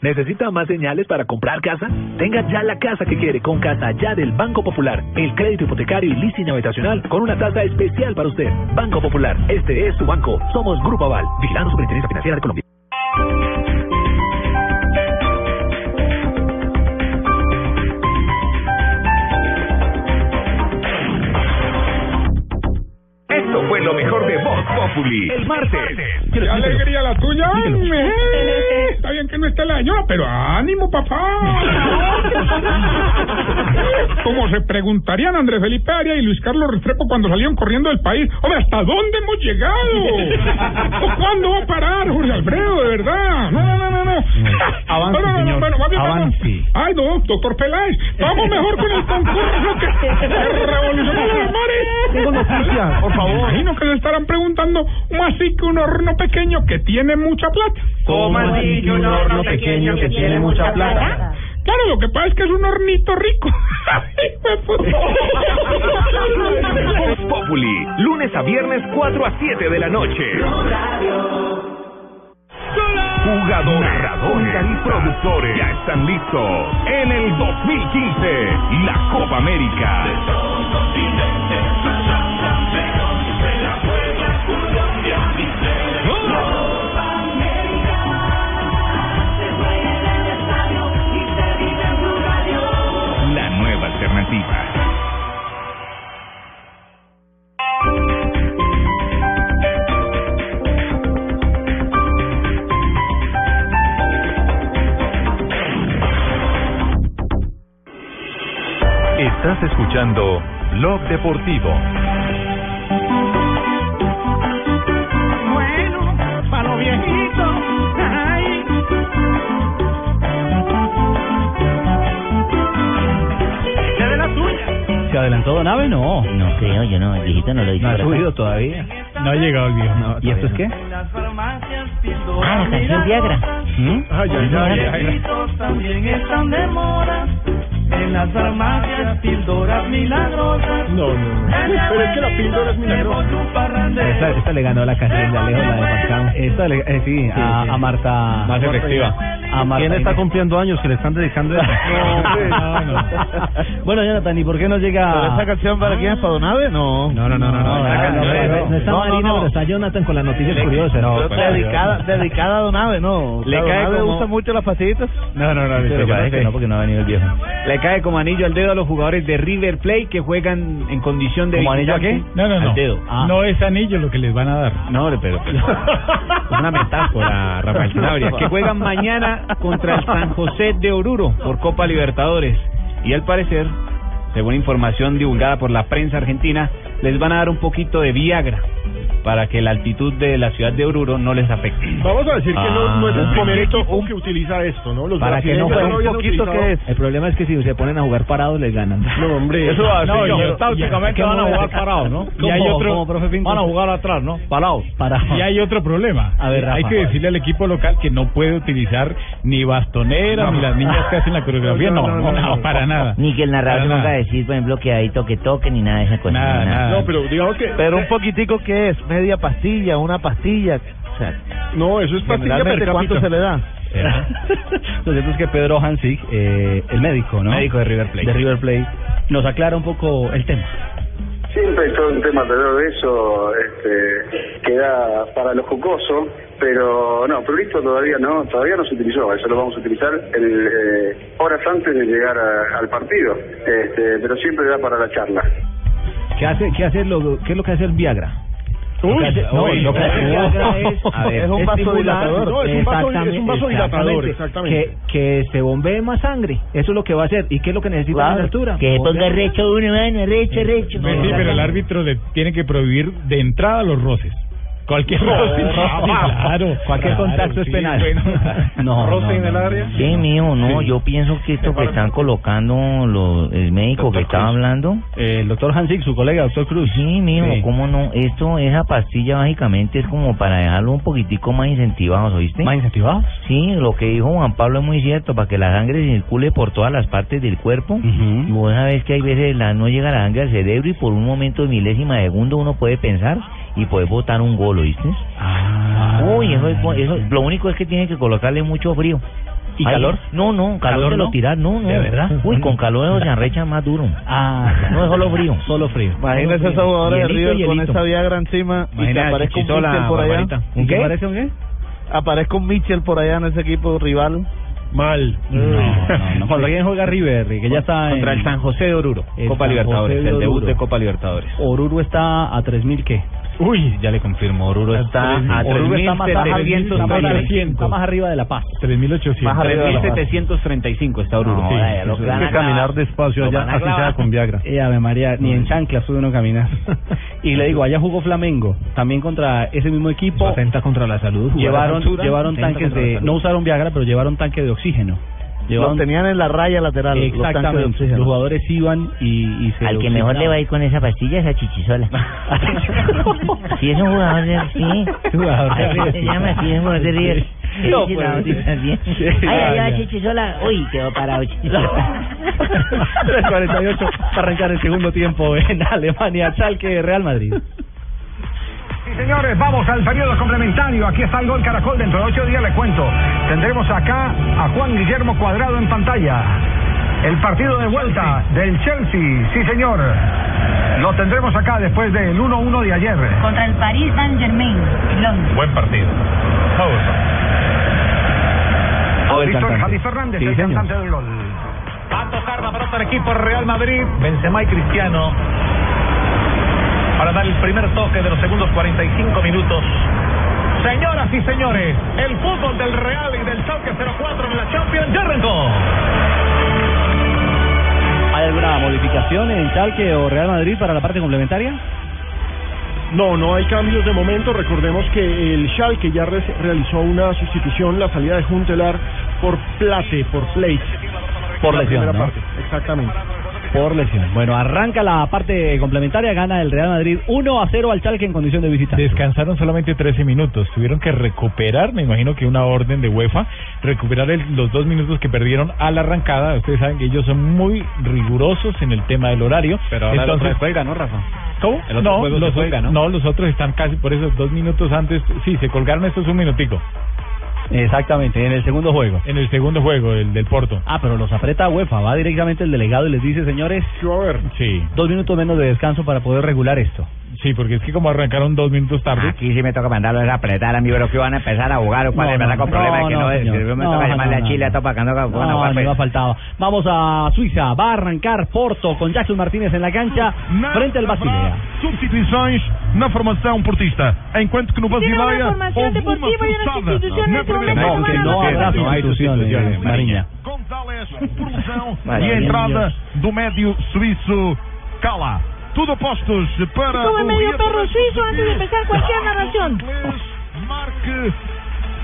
¿Necesita más señales para comprar casa? Tenga ya la casa que quiere con Casa Ya del Banco Popular. El crédito hipotecario y leasing habitacional con una tasa especial para usted. Banco Popular, este es su banco. Somos Grupo Aval, vigilando Superintendencia Financiera de Colombia.
Esto fue lo mejor de Voz Populi. El martes.
¡Qué alegría la tuya! ¡Ay, me- Está bien que no está la señora, pero ánimo, papá. Como se preguntarían Andrés Felipe Aria y Luis Carlos Restrepo cuando salieron corriendo del país. Hombre, ¿hasta dónde hemos llegado? ¿Cuándo va a parar, Jorge Alfredo? De verdad. No, no, no, no. no.
Avance,
no, no, no,
señor.
bueno, más bien vamos.
Avance.
Ay, no, doctor Peláez. Vamos mejor con el concurso que, que revolucionó los mares.
Tengo noticias, por favor.
Me Imagino que se estarán preguntando, ¿cómo así que un horno pequeño que tiene mucha plata?
¿Cómo así que un horno pequeño que tiene mucha plata?
Claro, lo que pasa es que es un hornito rico. Hijo de puta.
Voz Populi, lunes a viernes 4 a 7 de la noche. Jugadores, narradores y productores ya están listos en el 2015, la Copa América. La nueva alternativa. Estás escuchando Blog Deportivo.
Bueno, para los viejitos. Ay.
de la tuya. ¿Se adelantó Don Ave? No.
No creo, yo no, el viejito no lo dice.
No ha
por acá.
subido todavía.
No ha llegado el viejo. No,
¿Y esto es qué?
Ah, la canción Viagra.
¿Mm?
Ah,
Ay, ay, ay, ay.
También están de moda en las farmacias píldoras milagrosas.
No, no, no. Pero es que la píldora es milagrosa.
Esta, esta le ganó la canción de Alejo, la de Marcán. Esta le, eh, sí, a, a Marta.
Más efectiva.
A Marta
¿Quién está
Inés.
cumpliendo años que le están dedicando eso?
No, no.
Bueno, Jonathan, ¿y por qué no llega?
¿Esta canción para quién es para Donave? No.
No, no, no, no, no.
No,
esa
no,
canción
no,
es-
no, no está
No, no,
Marina,
no.
pero está Jonathan con las noticias
Le-
curiosas.
No,
Pero
para
dedicada, dedicada a Donave, no.
Le
A
cae
Donave
como-
gusta mucho las pastillitas.
No, no, no,
Pero
yo no
parece que
sé.
no, porque no ha venido el viejo.
Le cae como anillo al dedo a los jugadores de River Plate que juegan en condición de.
¿Como anillo a
visitante.
qué?
No, no,
Al
no.
dedo. Ah.
No es anillo lo que les van a dar.
No, pero.
Es una metáfora,
Rafael Sanabria.
Que juegan mañana contra el San José de Oruro por Copa Libertadores. Y al parecer, según información divulgada por la prensa argentina, les van a dar un poquito de Viagra para que la altitud de la ciudad de Oruro no les afecte.
Vamos a decir que no, no es el
Ah.
primer equipo que utiliza esto, Pues ¿no? Los
Para que
brasileños
no
ya
juegue
lo
un
habían
poquito
utilizado.
que es. El problema es que si se ponen a jugar parados, les ganan.
No, hombre.
Eso va a
No,
ser.
y
yo,
yo-
tácticamente
¿qué
van a
modo?
jugar parados, ¿no?
Y hay
¿Cómo,
otro-
cómo, profe Pinto?
Van a jugar atrás, ¿no? Parados.
Parados.
Y hay otro problema.
A ver, Rafa.
hay que decirle al equipo local que no puede utilizar ni bastonera, ni las niñas que hacen la coreografía. No, no, no, para nada.
Ni que el narrador
Para
nunca
nada.
decir, por ejemplo, que hay toque toque ni nada de esas cosas.
Nada,
ni
nada.
No, pero digamos que...
Ah,
eh,
Pero un poquitico que es, media pastilla, una pastilla. O sea,
No, eso es pastilla per
generalmente, ¿cuánto
cápita.
se le da?
Lo cierto es que Pedro Hansig, eh, el médico, ¿no?
Médico de River Plate.
de River Plate, nos aclara un poco el tema.
Siempre hay todo un tema alrededor de eso, este, queda para los jocosos, pero no, previsto todavía no, todavía no se utilizó, eso lo vamos a utilizar el, eh, horas antes de llegar a- al partido, este, pero siempre da para la charla.
¿Qué hace, qué hace lo, qué es lo que hace el Viagra?
Uy,
No,
uy,
lo que hace el Viagra es,
A ver,
es
es
un vasodilatador.
vasodilatador.
No, es un vaso-
Exactamente,
es un vasodilatador,
Que, que se bombee más sangre. Eso es lo que va a hacer. ¿Y qué es lo que necesita
Claro,
la altura?
Que se ponga recho uno, mano, recho, recho.
Pues sí, pero el árbitro le tiene que prohibir de entrada los roces. Cualquier roce.
Rafa.
claro,
Cualquier
claro,
contacto es
sí,
penal.
bueno.
No,
¿Roce
no,
en el
no.
área?
Sí, mío, no,
Sí.
yo pienso que esto que están colocando los, el médico que estaba hablando,
Eh, el doctor Hansig, su colega, doctor Cruz.
sí, mío,
Sí.
cómo no, esto, esa pastilla básicamente es como para dejarlo un poquitico más incentivados, ¿oíste?
¿Más incentivados?
Sí, lo que dijo Juan Pablo es muy cierto, para que la sangre circule por todas las partes del cuerpo. Y vos sabés que hay veces la, no llega la sangre al cerebro y por un momento de milésima de segundo uno puede pensar y puede botar un gol, ¿oíste?
Ah.
Uy, eso, es bu- eso, lo único es que tiene que colocarle mucho frío.
¿Y
Ay,
calor?
No, no, calor,
¿Calor
de lo
no?
tirar, no, no.
¿De verdad?
Uy, con calor eso se arrecha más duro.
Ah,
No, es solo frío.
Solo frío.
Imagínense
Solo
esos
frío.
jugadores de
Hielito,
River con
hielito.
esa Viagra encima y que
Imagina
aparezca un
Chichizola,
Mitchell por allá.
Barbarita.
¿Un
¿Un
qué?
qué?
¿Parece un qué?
Aparezca un Mitchell por allá en ese equipo rival.
Mal.
No, no, no. Cuando alguien juega River, eh, que ya está
Contra
en...
el San José de Oruro,
El
Copa
San
Libertadores,
José de
el debut
Oruro.
de Copa Libertadores.
Oruro está a 3.000 qué?
Uy, ya le confirmo, Oruro está a
Oruro está más, arriba,
3.700.
está más arriba- está más arriba de La Paz.
3.800.
Más arriba de la barra.
3.735 está Oruro.
No, vaya, lo
Hay eh, que caminar
despacio
allá, así sea con
Viagra.
Eh, Ave María, ni en chanclas puede uno caminar. Y le digo, allá jugó Flamengo, también contra ese mismo equipo.
Atenta contra la salud. jugar a
llevaron
altura,
llevaron
atenta
tanques
contra la
de
salud.
no usaron Viagra pero llevaron tanque de oxígeno llevaron
tenían en la raya lateral. los tanques de
exactamente los,
oxígeno.
jugadores iban y, y se
Al
lo
que mejor
oxigenaban.
le va a ir con esa pastilla es a Chichisola. si es un jugador de sí.
Jugador de
Así se
River.
llama, si es un jugador de River.
No,
Sí,
pues.
la bautiza bien.
Sí,
Ay, ahí va
vaya.
Chichisola. Uy, quedó parado Chichisola.
3.48 para arrancar el segundo tiempo en Alemania Chalke Real Madrid
Sí, señores, vamos al periodo complementario. Aquí está el gol Caracol. Dentro de ocho días les cuento. Tendremos acá a Juan Guillermo Cuadrado en pantalla. El partido de vuelta del Chelsea. Sí, señor. Lo tendremos acá después del 1-1 de ayer.
Contra el Paris Saint Germain, Londres.
Buen partido.
Víctor
cantante.
Javi Fernández,
Sí,
el
señor.
cantante del gol.
Va a tocar la pelota el equipo Real Madrid. Benzema y Cristiano. Para dar el primer toque de los segundos 45 minutos. Señoras y señores, el fútbol del Real y del Schalke 04 en la Champions ya arrancó.
¿Hay alguna modificación en Chalke o Real Madrid para la parte complementaria?
No, no hay cambios de momento. Recordemos que el Schalke ya re- realizó una sustitución, la salida de Juntelar por Plate, por Plate.
Por
la
lesión,
primera
¿no?
parte. Exactamente.
Por lesión. Bueno, arranca la parte complementaria, gana el Real Madrid 1 a 0 al Chalke en condición de visitante.
Descansaron solamente 13 minutos. Tuvieron que recuperar, me imagino que una orden de UEFA, recuperar el- los dos minutos que perdieron a la arrancada. Ustedes saben que ellos son muy rigurosos en el tema del horario.
Pero ahora el otro
Entonces,
juega, ¿no, Rafa?
¿Cómo?
El otro
no,
juego se
los,
juega, ¿no?
los otros están casi por esos dos minutos antes. Sí, se colgaron estos un minutico.
Exactamente, en el segundo juego.
En el segundo juego, el del Porto.
Ah, pero los aprieta UEFA, va directamente el delegado y les dice, señores,
sí.
dos minutos menos de descanso para poder regular esto.
Sí, porque es que como arrancaron dos minutos tarde.
Aquí sí me toca mandarlos a apretar a mí, pero que van a empezar a jugar o cuál
No,
me
no,
saco
no,
problemas que
no,
no es.
señor.
que me
No,
toca llamarle
no,
a Chile, a Topa, que no, que van a
No,
jugar,
ni
pues.
va faltado. Vamos a Suiza, va a arrancar Porto con Jackson Martínez en la cancha frente al Basilea.
Substituições na formação portista. Enquanto que no
Tiene una
Basileia
formación
houve
deportiva
uma
y una
forçada
sustitución
na
en este
primeira
momento,
metade.
no habrá
Não há
sustituciones, Mariña.
González, promoção
Maravilha,
e a
meu
entrada do médio suíço Cala. Tudo postos para
Como el
o
medio
Rio
perro suizo antes de empezar cualquier narración.
que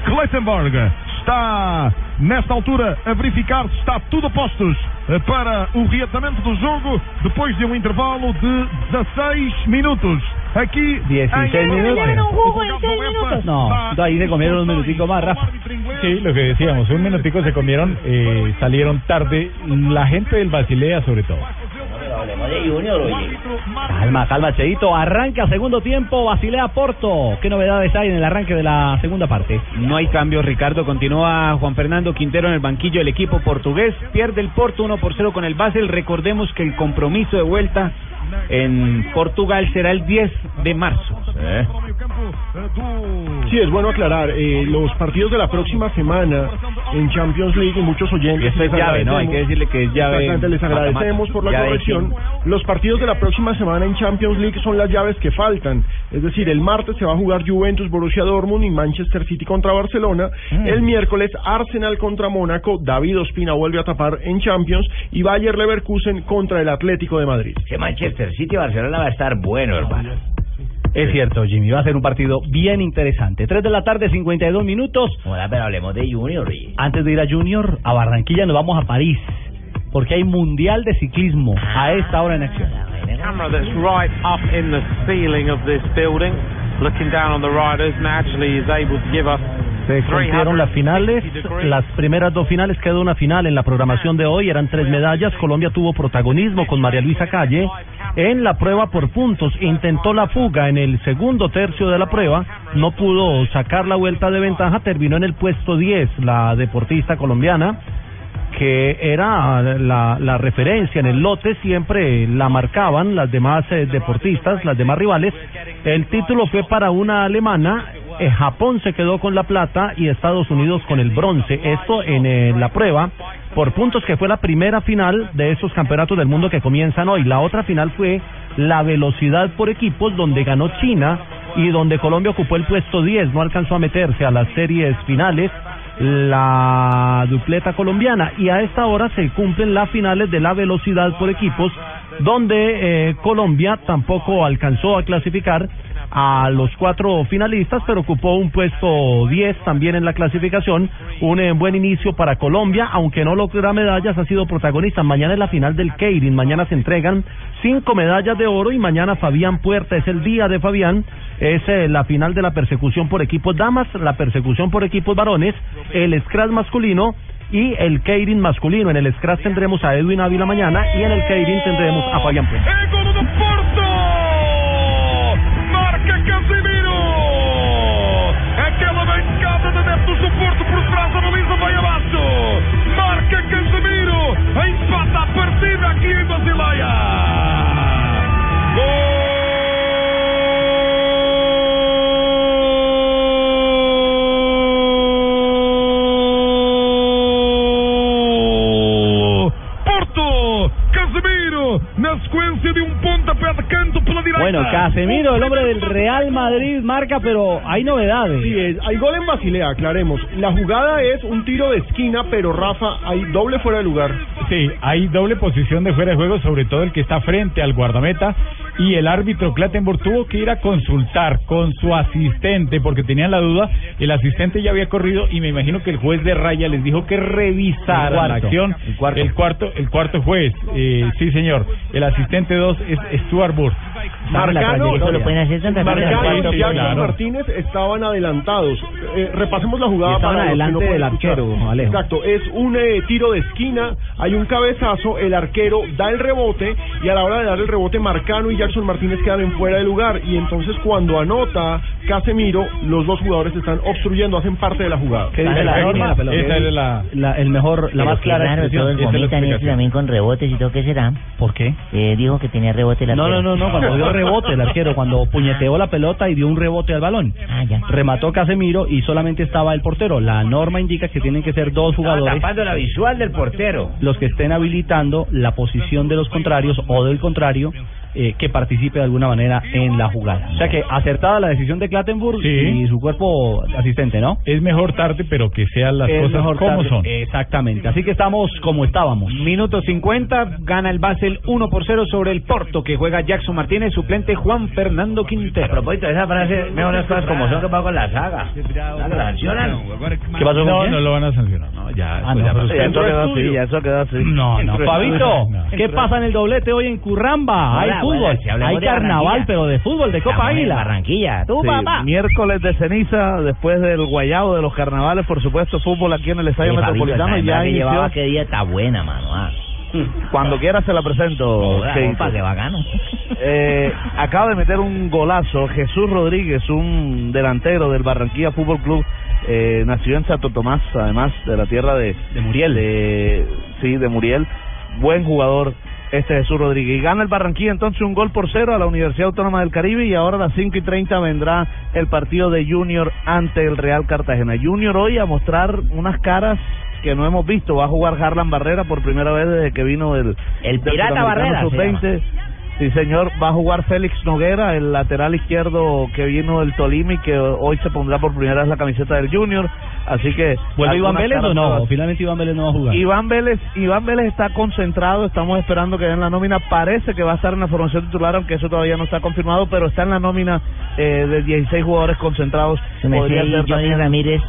Klettenberg está, nesta altura, a verificar se está tudo a postos eh, para o reatamento do jogo, depois de um intervalo de 16 minutos. Aqui,
16 No, ahí se comieron un minutico más, Rafa.
Sí, lo que decíamos, un minutico se comieron, eh, salieron tarde. La gente del Basilea, sobre todo.
Calma, calma, Cheito. Arranca segundo tiempo, Basilea Porto. ¿Qué novedades hay en el arranque de la segunda parte?
No hay cambios, Ricardo. Continúa Juan Fernando Quintero en el banquillo del equipo portugués. Pierde el Porto 1 por 0 con el Basel. Recordemos que el compromiso de vuelta en Portugal será el 10 de marzo.
Sí, es bueno aclarar, eh, los partidos de la próxima semana en Champions League y muchos oyentes...
Esto es
les
llave, ¿no?
agradecemos-
Hay que decirle que es llave
Exactamente, les
mata-mata.
agradecemos por la
Llave de
corrección.
quién.
Los partidos de la próxima semana en Champions League son las llaves que faltan. Es decir, el martes se va a jugar Juventus, Borussia Dortmund y Manchester City contra Barcelona.
Mm.
El miércoles Arsenal contra Mónaco, David Ospina vuelve a tapar en Champions y Bayer Leverkusen contra el Atlético de Madrid.
Ese Manchester City Barcelona va a estar bueno, hermano.
Es cierto, Jimmy. Va a ser un partido bien interesante. 3 de la tarde, 52 minutos.
Hola, pero hablemos de Junior. y-
Antes de ir a Junior, a Barranquilla nos vamos a París. Porque hay Mundial de Ciclismo
Ah.
a esta hora en acción.
camera that's right up in the ceiling of this building, looking down on the riders, and actually is able to give us
Se
300
cumplieron las finales, las primeras dos finales, quedó una final en la programación de hoy, eran tres medallas, Colombia tuvo protagonismo con María Luisa Calle en la prueba por puntos, intentó la fuga en el segundo tercio de la prueba, no pudo sacar la vuelta de ventaja, terminó en el puesto 10 la deportista colombiana, que era la, la referencia en el lote, siempre la marcaban las demás eh, deportistas, las demás rivales. El título fue para una alemana, eh, Japón se quedó con la plata y Estados Unidos con el bronce. Esto en eh, la prueba por puntos que fue la primera final de esos campeonatos del mundo que comienzan hoy. La otra final fue la velocidad por equipos donde ganó China y donde Colombia ocupó el puesto 10, no alcanzó a meterse a las series finales la dupleta colombiana y a esta hora se cumplen las finales de la velocidad por equipos donde eh, Colombia tampoco alcanzó a clasificar a los cuatro finalistas, pero ocupó un puesto 10 también en la clasificación. Un eh, buen inicio para Colombia, aunque no logra medallas, ha sido protagonista. Mañana es la final del Keirin, mañana se entregan cinco medallas de oro y mañana Fabián Puerta es el día de Fabián. Es eh, la final de la persecución por equipos damas, la persecución por equipos varones, el scratch masculino y el Keirin masculino. En el scratch tendremos a Edwin Ávila mañana y en el Keirin tendremos a Fabián Puerta.
¡El gol de Porto! Marca Casemiro! Aquela bancada de adeptos do Porto por trás, analisa, vai abaixo! Marca Casemiro! Empata a partida aqui em Basileia! Gol! Porto! Casemiro! Na sequência de um pontapé de canto pela direita!
Bueno, Casemiro, el hombre del Real Madrid, marca, pero hay novedades.
Sí, es- hay gol en Basilea, aclaremos. La jugada es un tiro de esquina, pero Rafa, hay doble fuera de lugar.
Sí, hay doble posición de fuera de juego, sobre todo el que está frente al guardameta. Y el árbitro Clattenburg tuvo que ir a consultar con su asistente porque tenían la duda. El asistente ya había corrido y me imagino que el juez de raya les dijo que revisaran
El cuarto,
la acción.
el cuarto.
el cuarto, el cuarto juez. eh, sí, señor. El asistente 2 es Stuart Burr.
Marcano,
Eso
Marcano y Jackson Martínez estaban adelantados. Eh, repasemos la jugada
Y estaban
para los que
adelante
pueden
del
escuchar.
arquero, Alejo.
Exacto, es un eh, tiro de esquina, hay un cabezazo, el arquero da el rebote y a la hora de dar el rebote Marcano y Jackson Martínez quedan en fuera de lugar y entonces cuando anota Casemiro, los dos jugadores están obstruyendo, hacen parte de la jugada.
¿Qué dice la norma?
Esa es la-
el mejor, la
Pero
más
qué
clara
raro,
expresión.
todos
Esa es la
vomitan, este
explicación.
también con rebotes y todo, ¿qué será?
¿Por qué?
Eh, dijo que tenía rebote la
No, no,
pelota.
no, no, cuando dio rebote el arquero, cuando puñeteó la pelota y dio un rebote al balón. Remató Casemiro y solamente estaba el portero. La norma indica que tienen que ser dos jugadores
tapando la visual del portero.
los que estén habilitando la posición de los contrarios o del contrario eh, que participe de alguna manera en la jugada. O sea que acertada la decisión de Clattenburg y su cuerpo asistente, ¿no?
Es mejor tarde, pero que sean las
Es
cosas
mejor
como
tarde.
son.
Exactamente. Así que estamos como estábamos.
Minuto 50, gana el Basel 1 por 0 sobre el Porto, que juega Jackson Martínez, suplente Juan Fernando Quintero. A propósito, esa frase,
Mejor las cosas como son, que pago la saga. La sancionan.
¿Qué pasó no, no lo van a sancionar. No, ya.
Ah, no, pero usted-
ya eso quedó así, ya
eso quedó así.
No, no,
Fabito,
No.
¿qué pasa en el doblete hoy en Curramba? Hay
Hola,
fútbol,
buenas, si hablamos
hay
de
carnaval,
Barranquilla.
pero de fútbol, de Copa
Estamos en
Águila.
Barranquilla.
Tú,
Sí,
papá.
Miércoles de ceniza, después del guayabo de los carnavales, por supuesto, fútbol aquí en el Estadio
Oye, Fabito,
Metropolitano.
esa
Ya
verdad que
inició.
llevaba qué día está buena, mano. ah.
Cuando quiera se la presento.
Hola,
Cheito.
compa, qué bacano.
Eh, acaba de meter un golazo Jesús Rodríguez, un delantero del Barranquilla Fútbol Club, eh, nació en Santo Tomás, además de la tierra de, Muriel. sí, de Muriel. Buen jugador este Jesús Rodríguez. Y gana el Barranquilla entonces un gol por cero a la Universidad Autónoma del Caribe y ahora a las 5 y 30 vendrá el partido de Junior ante el Real Cartagena. Junior hoy a mostrar unas caras que no hemos visto. Va a jugar Harlan Barrera por primera vez desde que vino el, el
Pirata Barrera se
Sub-20. Sí, señor, va a jugar Félix Noguera, el lateral izquierdo que vino del Tolima y que hoy se pondrá por primera vez la camiseta del Junior. Así que.
¿Vuelve Iván
algunas
Vélez
caras
o no?
nuevas.
¿O Finalmente Iván Vélez no va a jugar.
Iván Vélez, Iván Vélez está concentrado, estamos esperando que den la nómina, parece que va a estar en la formación titular, aunque eso todavía no está confirmado, pero está en la nómina eh, de 16 jugadores concentrados.
Se me
Podría
fue ahí
ser
Johnny
también-
Ramírez.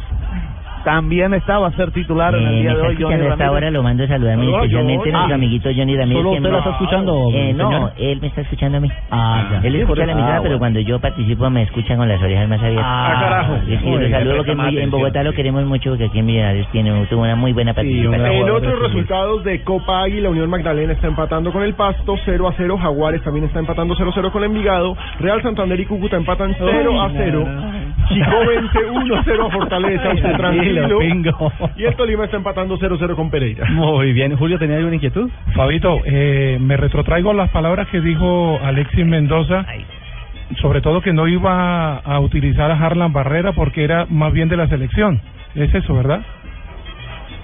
También está, va a ser titular en el día
Eh, me
de
está
hoy. Johnny
escuchando hasta
Ramírez.
ahora, lo mando a saludar muy
Hola,
especialmente
Johnny.
nuestro
Ah,
amiguito Johnny Ramírez.
¿solo
que
usted
me-
lo está escuchando,
Eh, no,
señor?
él me está escuchando a mí.
Ah, ya.
Él escucha
Por
la
eso.
emisora,
Ah, bueno.
pero cuando yo participo me escuchan con las orejas más abiertas.
Ah, carajo.
Sí, sí,
Muy
lo
bien,
saludo
presta
porque es
más
muy- en
atención.
Bogotá lo queremos mucho porque aquí en Millonarios tiene, tuvo una muy buena participación.
En otros resultados de Copa Águila, Unión Magdalena está empatando con el Pasto, 0 a 0. Jaguares también está empatando 0 a 0 con Envigado. Real Santander y Cúcuta empatan 0 a 0. Chico vence 1 a 0 a Fortaleza, usted tranquilo.
Pingo.
Y el Tolima está empatando 0 a 0 con Pereira.
Muy bien, Julio, ¿tenía alguna inquietud?
Fabito, eh, me retrotraigo a las palabras que dijo Alexis Mendoza, sobre todo que no iba a utilizar a Harlan Barrera porque era más bien de la selección. Es eso, ¿verdad?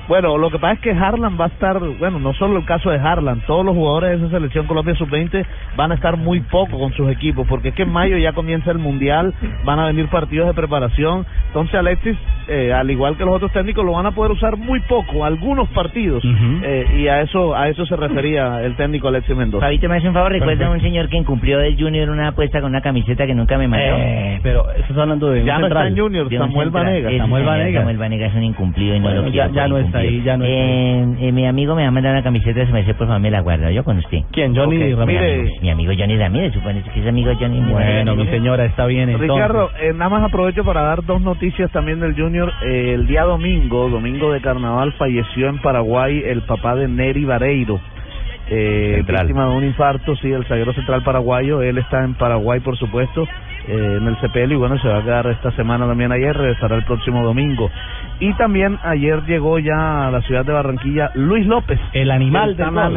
Bueno, lo que pasa es que Harlan va a estar, bueno, no solo el caso de Harlan, todos los jugadores de esa selección Colombia sub-20 van a estar muy poco con sus equipos, porque es que en mayo ya comienza el Mundial, van a venir partidos de preparación, entonces Alexis, eh, al igual que los otros técnicos, lo van a poder usar muy poco, algunos partidos, eh, y a eso a eso se refería el técnico Alexis Mendoza.
Fabito, me hace un favor, recuerda un señor que incumplió del Junior una apuesta con una camiseta que nunca me mandó.
Eh, pero estás hablando de un
Ya no está
central.
en Junior,
De un
Samuel
central.
Vanegas.
Ese
Samuel
señor,
Vanegas.
Samuel
Vanegas es un incumplido y no
Bueno,
lo
ya- ya
quiero por
no está
incumplir.
ahí, ya no está
eh, eh, mi amigo me va a mandar una camiseta, se me dice, por favor, me la guardo yo con usted.
¿Quién, Johnny
Ok, mi
Ramírez?
amigo- Mi amigo, Johnny Ramírez, supone que es amigo Johnny
Bueno, mi señora, está bien entonces.
Ricardo, eh, nada más aprovecho para dar dos noticias también del Junior. Eh, el día domingo, domingo de carnaval, falleció en Paraguay el papá de Neri Vareiro. Eh, víctima de un infarto, sí, el zaguero central paraguayo. Él está en Paraguay, por supuesto, eh, en el CPL y bueno, se va a quedar esta semana también ayer, regresará el próximo domingo. Y también ayer llegó ya a la ciudad de Barranquilla Luis López. El
animal del Ah. gol.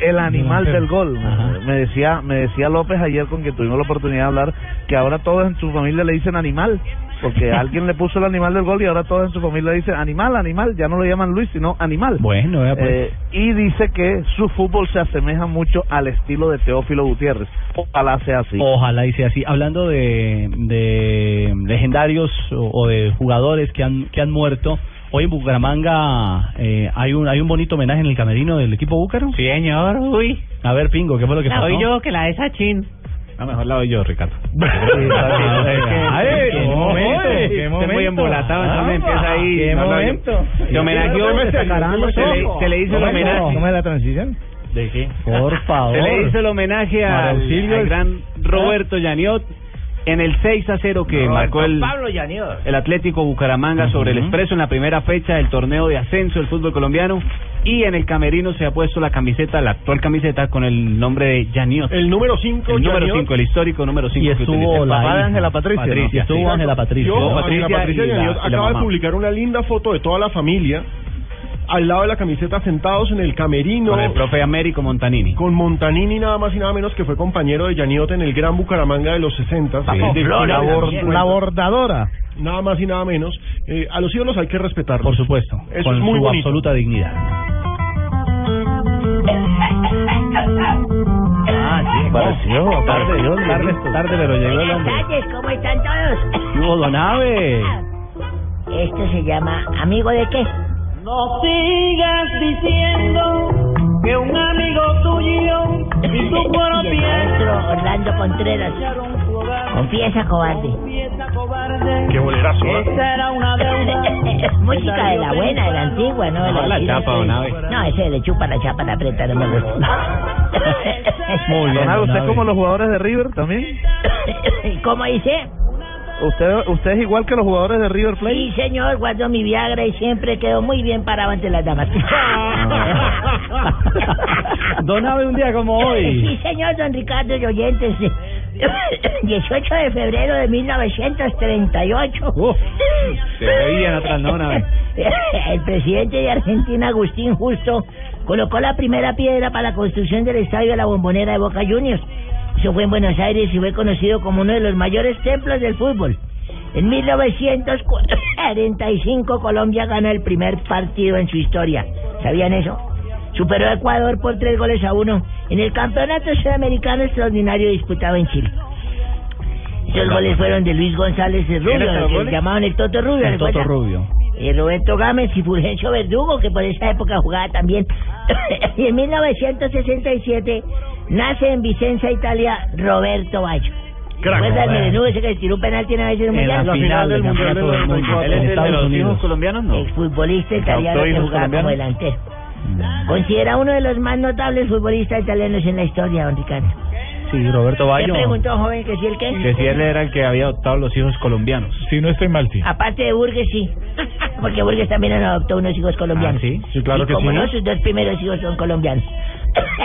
El animal
Delantero.
del gol. eh, Me decía, me decía López ayer con quien tuvimos la oportunidad de hablar que ahora todos en su familia le dicen animal, porque alguien le puso el animal del gol y ahora todos en su familia le dicen animal, animal, ya no lo llaman Luis sino animal.
Bueno, vea pues.
Eh, y dice que su fútbol se asemeja mucho al estilo de Teófilo Gutiérrez. Ojalá sea así.
Ojalá y sea así. Hablando de, de legendarios o, o de jugadores que han, que han muerto, hoy en Bucaramanga eh, hay un hay un bonito homenaje en el camerino del equipo búcaro. Sí, señor. Uy. A ver, Pingo, ¿qué fue lo que pasó?
que la de Sachin.
No, mejor la doy yo, Ricardo. Ah, eh,
Ay, qué momento, qué
Estoy muy
momento.
embolatado, entonces
Ah,
empieza ahí.
qué
No, no,
momento.
yo-
Y
Te homenajeó,
me
te
sacarán
sacarán
los
se le-
ojos.
Se le hizo el
¿Cómo es la-
homenaje.
cómo
es la transición? ¿De qué? Por favor.
Se le hizo el homenaje
María
al,
Auxilio
al
es-
gran Roberto Yaniot en el 6 a 0 que marcó el,
Pablo Yanior.
el Atlético Bucaramanga sobre el Expreso en la primera fecha del torneo de ascenso del fútbol colombiano. Y en el camerino se ha puesto la camiseta, la actual camiseta, con el nombre de Yaniot. El número 5. El número
Yaniot.
5, el histórico número 5.
Y estuvo la hija. Patricia, estuvo Ángela Patricia.
Yo,
Patricia
Ángela Patricia
y la-
Yaniot
y la
acaba de
mamá.
publicar una linda foto de toda la familia al lado de la camiseta sentados en el camerino
Con el profe Américo Montanini.
con Montanini nada más y nada menos que fue compañero de Yaniot en el Gran Bucaramanga de los 60
Sí.
De-
Flora,
de-
también. Una
bordadora nada más y nada menos Eh, a los ídolos hay que respetarlos por
supuesto
eso
con
es muy
su
bonito
absoluta dignidad.
Ah, sí.
Pareció, tarde, tarde, tarde, pero llegó el
Buenas
hombre.
tardes, ¿cómo están todos?
¿Qué hubo, don Abe?
Esto se llama Amigo de qué?
No sigas diciendo que un amigo tuyo y tu
Y el maestro
propio
Orlando Contreras. Confiesa, cobarde.
Qué bolerazo, ¿eh?
Esa era una deuda. Música de la buena, de la antigua, ¿no? de
Ah, la
de-
chapa, don Abe.
No, ese le chupa la chapa, la aprieta, no me gusta.
Oh,
Muy
bien, don
¿usted es
Abe.
como los jugadores de River también?
¿Cómo dice?
¿Usted, ¿Usted es igual que los jugadores de River Plate?
Sí, señor, guardo mi Viagra y siempre quedo muy bien parado ante las damas.
Don Abe, un día como
Sí,
hoy.
señor don Ricardo y oyentes. 18 de febrero de 1938.
se ve bien atrás, ¿no, Nave?
El presidente de Argentina, Agustín Justo, colocó la primera piedra para la construcción del estadio de la Bombonera de Boca Juniors. Eso fue en Buenos Aires y fue conocido como uno de los mayores templos del fútbol. En 1945 Colombia gana el primer partido en su historia. ¿Sabían eso? Superó a Ecuador por tres goles a uno en el Campeonato Sudamericano Extraordinario disputado en Chile. Los goles fueron de Luis González el
¿Quién
Rubio,
hizo los
lo que
goles?
llamaban el Toto Rubio.
El
¿recuerda?
Toto Rubio.
Y Eh, Roberto Gámez y Fulgencio Verdugo, que por esa época jugaba también. y en 1967 nace en Vicenza, Italia, Roberto Baggio.
Crack,
¿Recuerdas el
Roberto.
merenudo ese que tiró un penalti una vez en el
En la
Mundial?
final del Mundial del 94
Él
en
es el de
Estados
los
Unidos.
hijos El futbolista italiano que
Autohijos
jugaba como
colombianos.
delantero. Considera uno de los más notables futbolistas italianos en la historia, don Ricardo.
Sí, Roberto
¿Qué
Bayo.
preguntó, joven, que si el qué?
Que si él era el que había adoptado los hijos colombianos.
Si no estoy mal, sí.
Aparte de Burgues, sí. Porque Burgues también adoptó unos hijos colombianos.
Ah, sí, sí, claro
Y
que
como
sí.
no, sus dos primeros hijos son colombianos.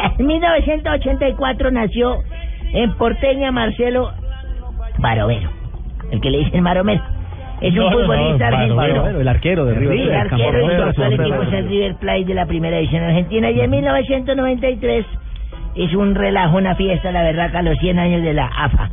En 1984 nació en Porteña Marcelo Barovero. El que le dicen Maromero. Es un
No, no, no,
futbolista
Barovero,
argentino.
Barovero, el arquero de River
Sí,
Plate,
arquero y
Camporero,
actual
Camporero.
equipo es el River Plate de la primera división argentina. Y en 1993 es un relajo, una fiesta, la verdad, a los 100 años de la AFA.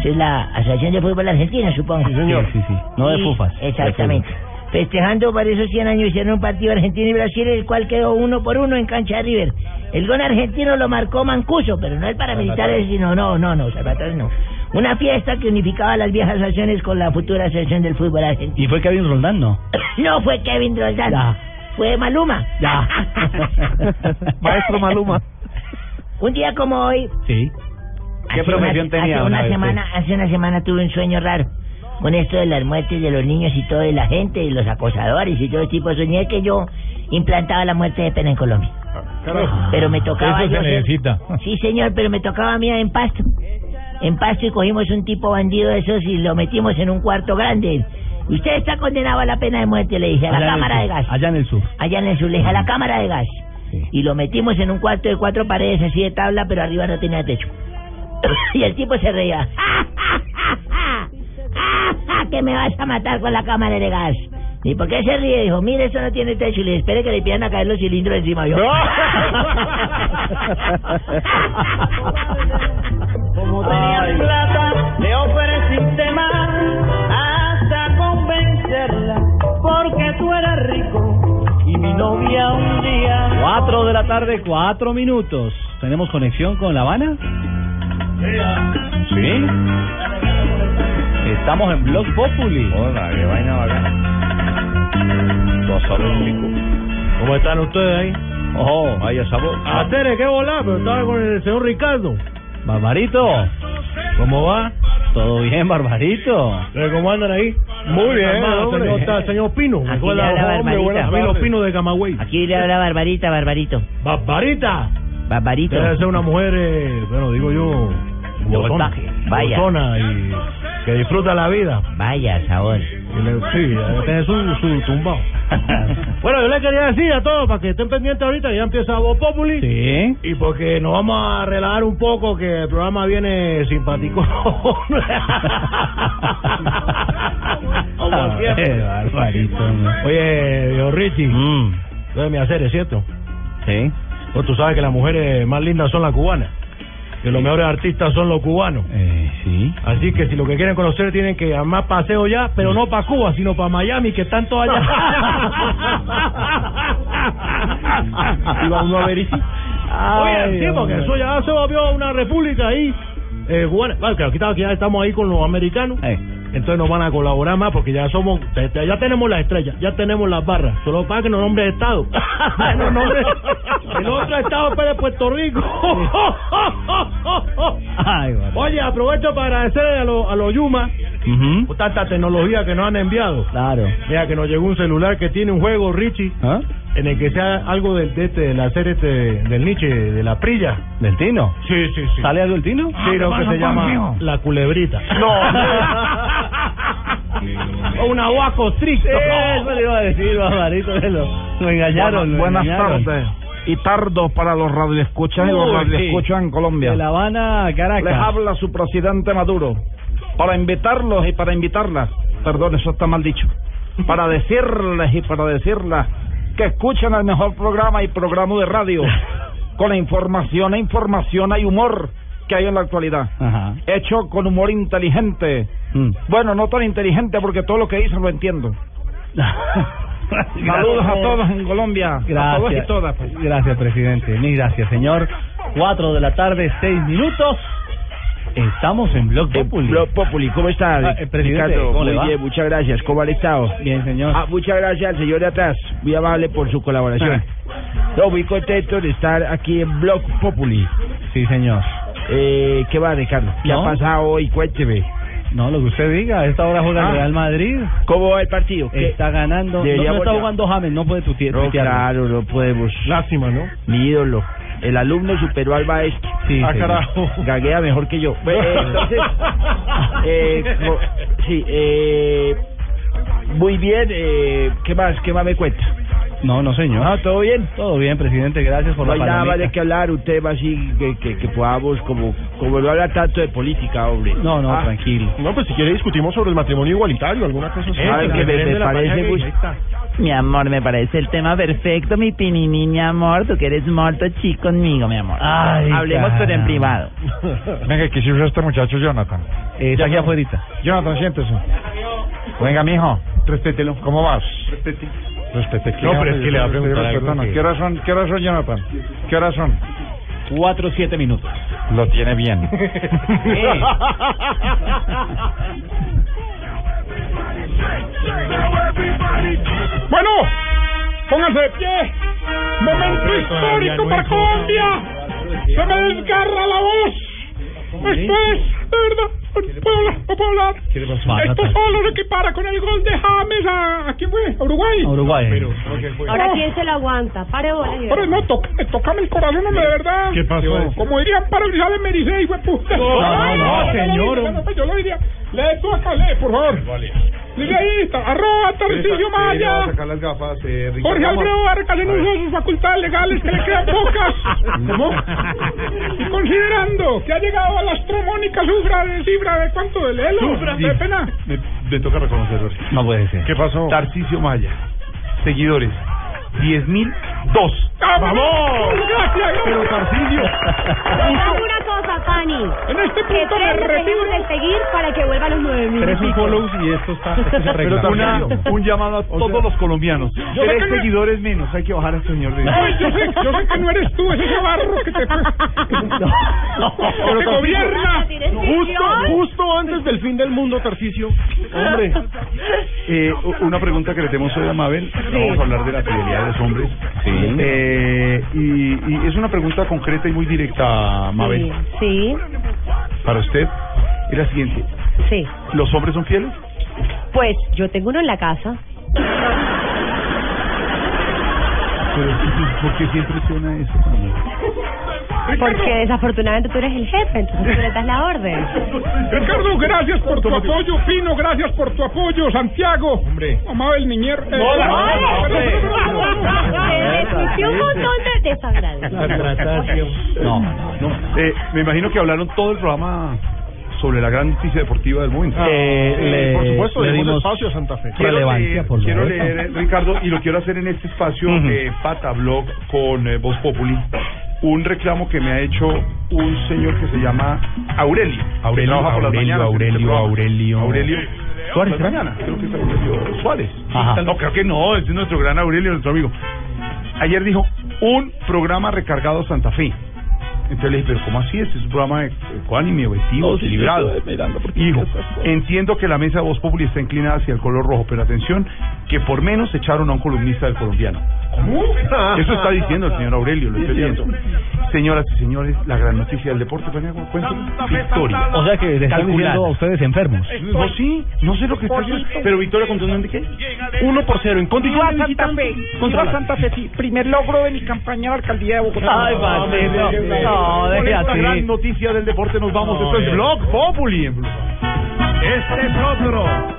Esa es la Asociación de Fútbol Argentina, supongo.
Sí, sí, sí. No de
Y-
fufas.
Exactamente. Festejando para esos 100 años hicieron un partido Argentina y Brasil, el cual quedó uno por uno en cancha de River. El gol argentino lo marcó Mancuso, pero no el paramilitar,
Salvatore.
sino no, no, no, Salvatore no. Una fiesta que unificaba las viejas acciones con la futura asociación del fútbol argentino.
¿Y fue Kevin Roldán, no?
No fue Kevin Roldán,
Ya.
fue Maluma.
Ya.
Maestro Maluma.
Un día como hoy,
Sí.
Hace una, Hace una, semana, hace una semana tuve un sueño raro. Con esto de las muertes de los niños y todo, de la gente, y los acosadores y todo ese tipo. Soñé que yo implantaba la muerte de pena en Colombia.
Ah.
Pero me tocaba
Eso
yo
se
ser-
necesita.
Sí, señor, pero me tocaba a mí en Pasto. En Pasto y cogimos un tipo bandido de esos y lo metimos en un cuarto grande. Usted está condenado a la pena de muerte, le dije, a la
Allá en el
cámara
sur,
de gas.
Allá en el sur.
Allá en el sur, le dije, a la cámara de gas. Y lo metimos en un cuarto de cuatro paredes así de tabla, pero arriba no tenía techo. y el tipo se reía. ¡Ah, que me vas a matar con la cámara de gas! ¿Y por qué se ríe? Dijo, mire, eso no tiene techo. Y le espere que le pidan a caer los cilindros encima. Yo.
Como tenías plata, le ofreciste más hasta convencerla, porque tú eras rico y mi novia un día.
Cuatro de la tarde, cuatro minutos. ¿Tenemos conexión con La Habana? Sí. Estamos en Blog Populi.
Hola, qué vaina
¿Cómo están ustedes ahí? Ojo.
Vaya sabor.
Ah, Tere, qué volá, pero estaba con el señor Ricardo. Barbarito, ¿cómo va? Todo bien, Barbarito.
¿Cómo andan ahí? Muy bien, hombre.
¿Cómo está, señor Pino?
Me
Aquí
acuerdo,
le habla
hombre, buenas
Barbarita.
tardes. Pino Pino de Camagüey.
Aquí le habla Barbarita, Barbarito.
¡Barbarita!
Barbarito.
Debe ser una mujer, eh, bueno, digo yo, guapona,
Vaya.
guapona y que disfruta la vida.
Vaya, sabor.
Sí, es su, su tumbao. bueno, yo le quería decir a todos, para que estén pendientes ahorita, ya empieza Voz Populi.
Sí.
Y porque nos vamos a relajar un poco, que el programa viene simpático.
Mm. Ah,
Como siempre. Oye, viejo Richie, tú eres mi hacer, ¿cierto?
Mm. Sí.
Pues tú sabes que las mujeres más lindas son las cubanas. Que los mejores artistas son los cubanos.
Eh. sí.
Así que si lo que quieren conocer tienen que armar paseo ya, pero
Mm.
no para Cuba, sino para Miami, que están todas allá. y vamos a ver y sí. Oye, sí, porque eso ya se volvió una república ahí. Eh, cubana. Bueno, claro, aquí está- aquí ya estamos ahí con los americanos. Entonces nos van a colaborar más porque ya somos, te- te- ya tenemos las estrellas, ya tenemos las barras. Solo para que nos nombre de Estado. nos nombre, el otro Estado para Puerto Rico. Oye, aprovecho para agradecer a los a los Yuma por tanta tecnología que nos han enviado.
Claro. ¿Ah?
Mira que nos llegó un celular que tiene un juego, Richie, en el que sea algo del, de este, de la serie este, del Nietzsche, de la prilla.
¿Del Tino?
Sí, sí, sí.
¿Sale algo el Tino?
Sí, lo que se llama la culebrita. O una guaco triste.
Eso le iba a decir, Barbarito. que Lo, lo engañaron. lo
Buenas
engañaron.
tardes. Y tardos para los radioescuchas y los
Uy, sí.
radioescuchas en Colombia.
De La Habana, a Caracas.
Les habla su presidente Maduro para invitarlos y para invitarlas. Perdón, eso está mal dicho. Para decirles y para decirlas que escuchen el mejor programa y programa de radio con la información e información y humor que hay en la actualidad.
Ajá. Mm.
Hecho con humor inteligente. Bueno, no tan inteligente porque todo lo que dicen lo entiendo. Saludos a todos en Colombia. A todos
Gracias.
y todas. pues.
Gracias, presidente. Mil gracias, señor. Cuatro de la tarde, seis minutos. Estamos en Blog Populi.
Blog Populi, ¿cómo está?
Ah, eh, presidente,
Ricardo,
¿cómo
muy
le va?
bien, muchas gracias. ¿Cómo ha estado?
Bien, señor.
Ah, muchas gracias al señor de atrás, muy amable por su colaboración. No, muy contento de estar aquí en Blog Populi.
Sí, señor.
Eh, ¿Qué va, Ricardo? ¿Qué
No.
ha pasado hoy? Cuénteme.
No, lo que usted diga. A esta hora juega
Ah.
el Real Madrid.
¿Cómo va el partido? ¿Qué?
Está ganando. No, No,
Deberíamos
está
ya-
jugando James. No puede tu
No, claro, no podemos.
Lástima, ¿no?
Mi ídolo. El alumno superó al maestro.
Sí,
ah,
señor.
carajo. Gaguea mejor que yo. Bueno, eh, entonces, eh, co- sí, eh, muy bien. Eh, ¿Qué más? ¿Qué más me cuenta?
No, no, señor.
Ah, ¿todo bien?
Todo bien, presidente. Gracias por
No hay
la
nada más de
palomita.
que hablar, un tema así que, que, que podamos, como, como no habla tanto de política, hombre.
No, no,
Ah,
tranquilo.
No, pues si quiere discutimos sobre el matrimonio igualitario, alguna cosa así.
Sabe Este que me- me parece muy-
Mi amor, me parece el tema perfecto, mi pinini, mi amor. Tú que eres muerto chico conmigo, mi amor.
Ay,
Hablemos
caramba.
pero en privado.
Venga, que sirve este muchacho Jonathan.
Eh, está aquí afuera.
Jonathan, siéntese.
Venga, mijo.
Respételo.
¿Cómo vas?
Respete.
Respete.
No, pero es que le va a preguntar algo
Respetando.
que-
¿Qué horas son, qué horas son, Jonathan? ¿Qué horas son?
Cuatro, siete minutos.
Lo tiene bien.
Bueno, pónganse de pie. Momento histórico para Colombia. Se me desgarra la voz. Esto es, de verdad, no puedo hablar, no puedo hablar. Esto solo lo equipara con el gol de James a, ¿a quién fue? ¿A Uruguay?
Uruguay.
Ahora, ¿quién se la aguanta? Pare bola.
Pero no, toca, tocame el corazón, hombre, de verdad.
¿Qué pasó?
Como dirían para Elizabeth Mericé, hijo de puta.
No, no, no, señor.
Yo lo diría, yo lo diría. Lee tú acá, lee, por favor. Lee ahí, arroba, Tarcisio Maya.
las gafas, eh,
Jorge Alfredo Vargas en uso de sus facultades legales que le quedan pocas. ¿Cómo? Y considerando que ha llegado a la astromónica sufra de cifra de cuánto de Lelo,
Sufra,
de
sí.
pena.
Me, me toca reconocerlo.
No puede ser.
¿Qué pasó? Tarcicio Maya. Seguidores. 10.002.
Gracias,
Pero Tarcicio.
Hagamos una cosa, Pani.
En este
que
punto me
tres le
retiro.
tenemos que seguir para que vuelva a los nueve mil.
Tres
y pico.
unfollows
y esto está
esto se arregla.
Pero una- un llamado a todos los colombianos.
Yo sé
Tres
que no-
seguidores menos, hay que bajar a este señor de...
Eh.
Ay, yo sé, yo sé que no eres tú, es ese barro que te, que te
Tarcisio-
gobierna.
Justo, justo antes del fin del mundo, Tarcicio. Hombre.
Eh, u- una pregunta que le tenemos hoy a Mabel. Vamos a hablar de la fidelidad de los hombres. Eh, y, y es una pregunta concreta y muy directa, Mabel.
Sí,
Para usted es la siguiente.
sí.
¿Los hombres son fieles?
Pues yo tengo uno en la casa.
Pero, ¿Por qué siempre suena eso?
Porque desafortunadamente tú eres el jefe, entonces tú le das la orden.
Ricardo, gracias por tu apoyo. Pino, gracias por tu apoyo. Santiago. Hombre. Amado el niñero. eh,
No, la-
Ay,
no,
pero-
hombre. Se desmintió un montón de
Contratación.
desagradables.
No, no. Eh, me imagino que hablaron todo el programa sobre la gran noticia deportiva del momento.
Eh, le-
Ah, por supuesto,
le
le
dimos
dimos espacio a Santa Fe.
relevancia,
leer,
por
quiero
supuesto.
leer, eh, Ricardo, y lo quiero hacer en este espacio
Ujú.
eh, Patablog con eh, Voz Populi, un reclamo que me ha hecho un señor que se llama Aurelio.
Aurelio,
que trabaja por las
Aurelio,
mañanas en este
Aurelio,
programa.
Aurelio.
Aurelio.
Suárez,
Por las
¿no?
mañanas, creo que es Aurelio Suárez.
Ajá.
No, creo que no, ese es nuestro gran Aurelio, nuestro amigo. Ayer dijo, un programa recargado Santa Fe. Entonces le dije, pero ¿cómo así? Este es un programa ecuánime, objetivo,
No, sí,
equilibrado.
yo estoy mirando porque
Y dijo,
ya estás todo.
entiendo que la mesa de Voz Populi está inclinada hacia el color rojo, pero atención, que por menos echaron a un columnista del colombiano. Eso está diciendo el señor Aurelio, lo
Sí,
estoy
es cierto.
leyendo. Señores y señores, la gran noticia del deporte, ¿cuál es? Cuento
Fe,
Victoria.
Santa- O sea que le están diciendo a
ustedes enfermos. No, sí, no sé lo que está
Por
haciendo.
listo.
Pero Victoria contundente, ¿qué? 1 por 0, en contra
Iba a Santa Fe,
Contra
iba a
la-
Santa Fe, sí. Primer logro de mi campaña a la alcaldía de Bogotá.
Ay, Marcelo, no,
Con esta
déjate.
gran
noticia del deporte nos vamos. Esto es Blog Populi. Este es otro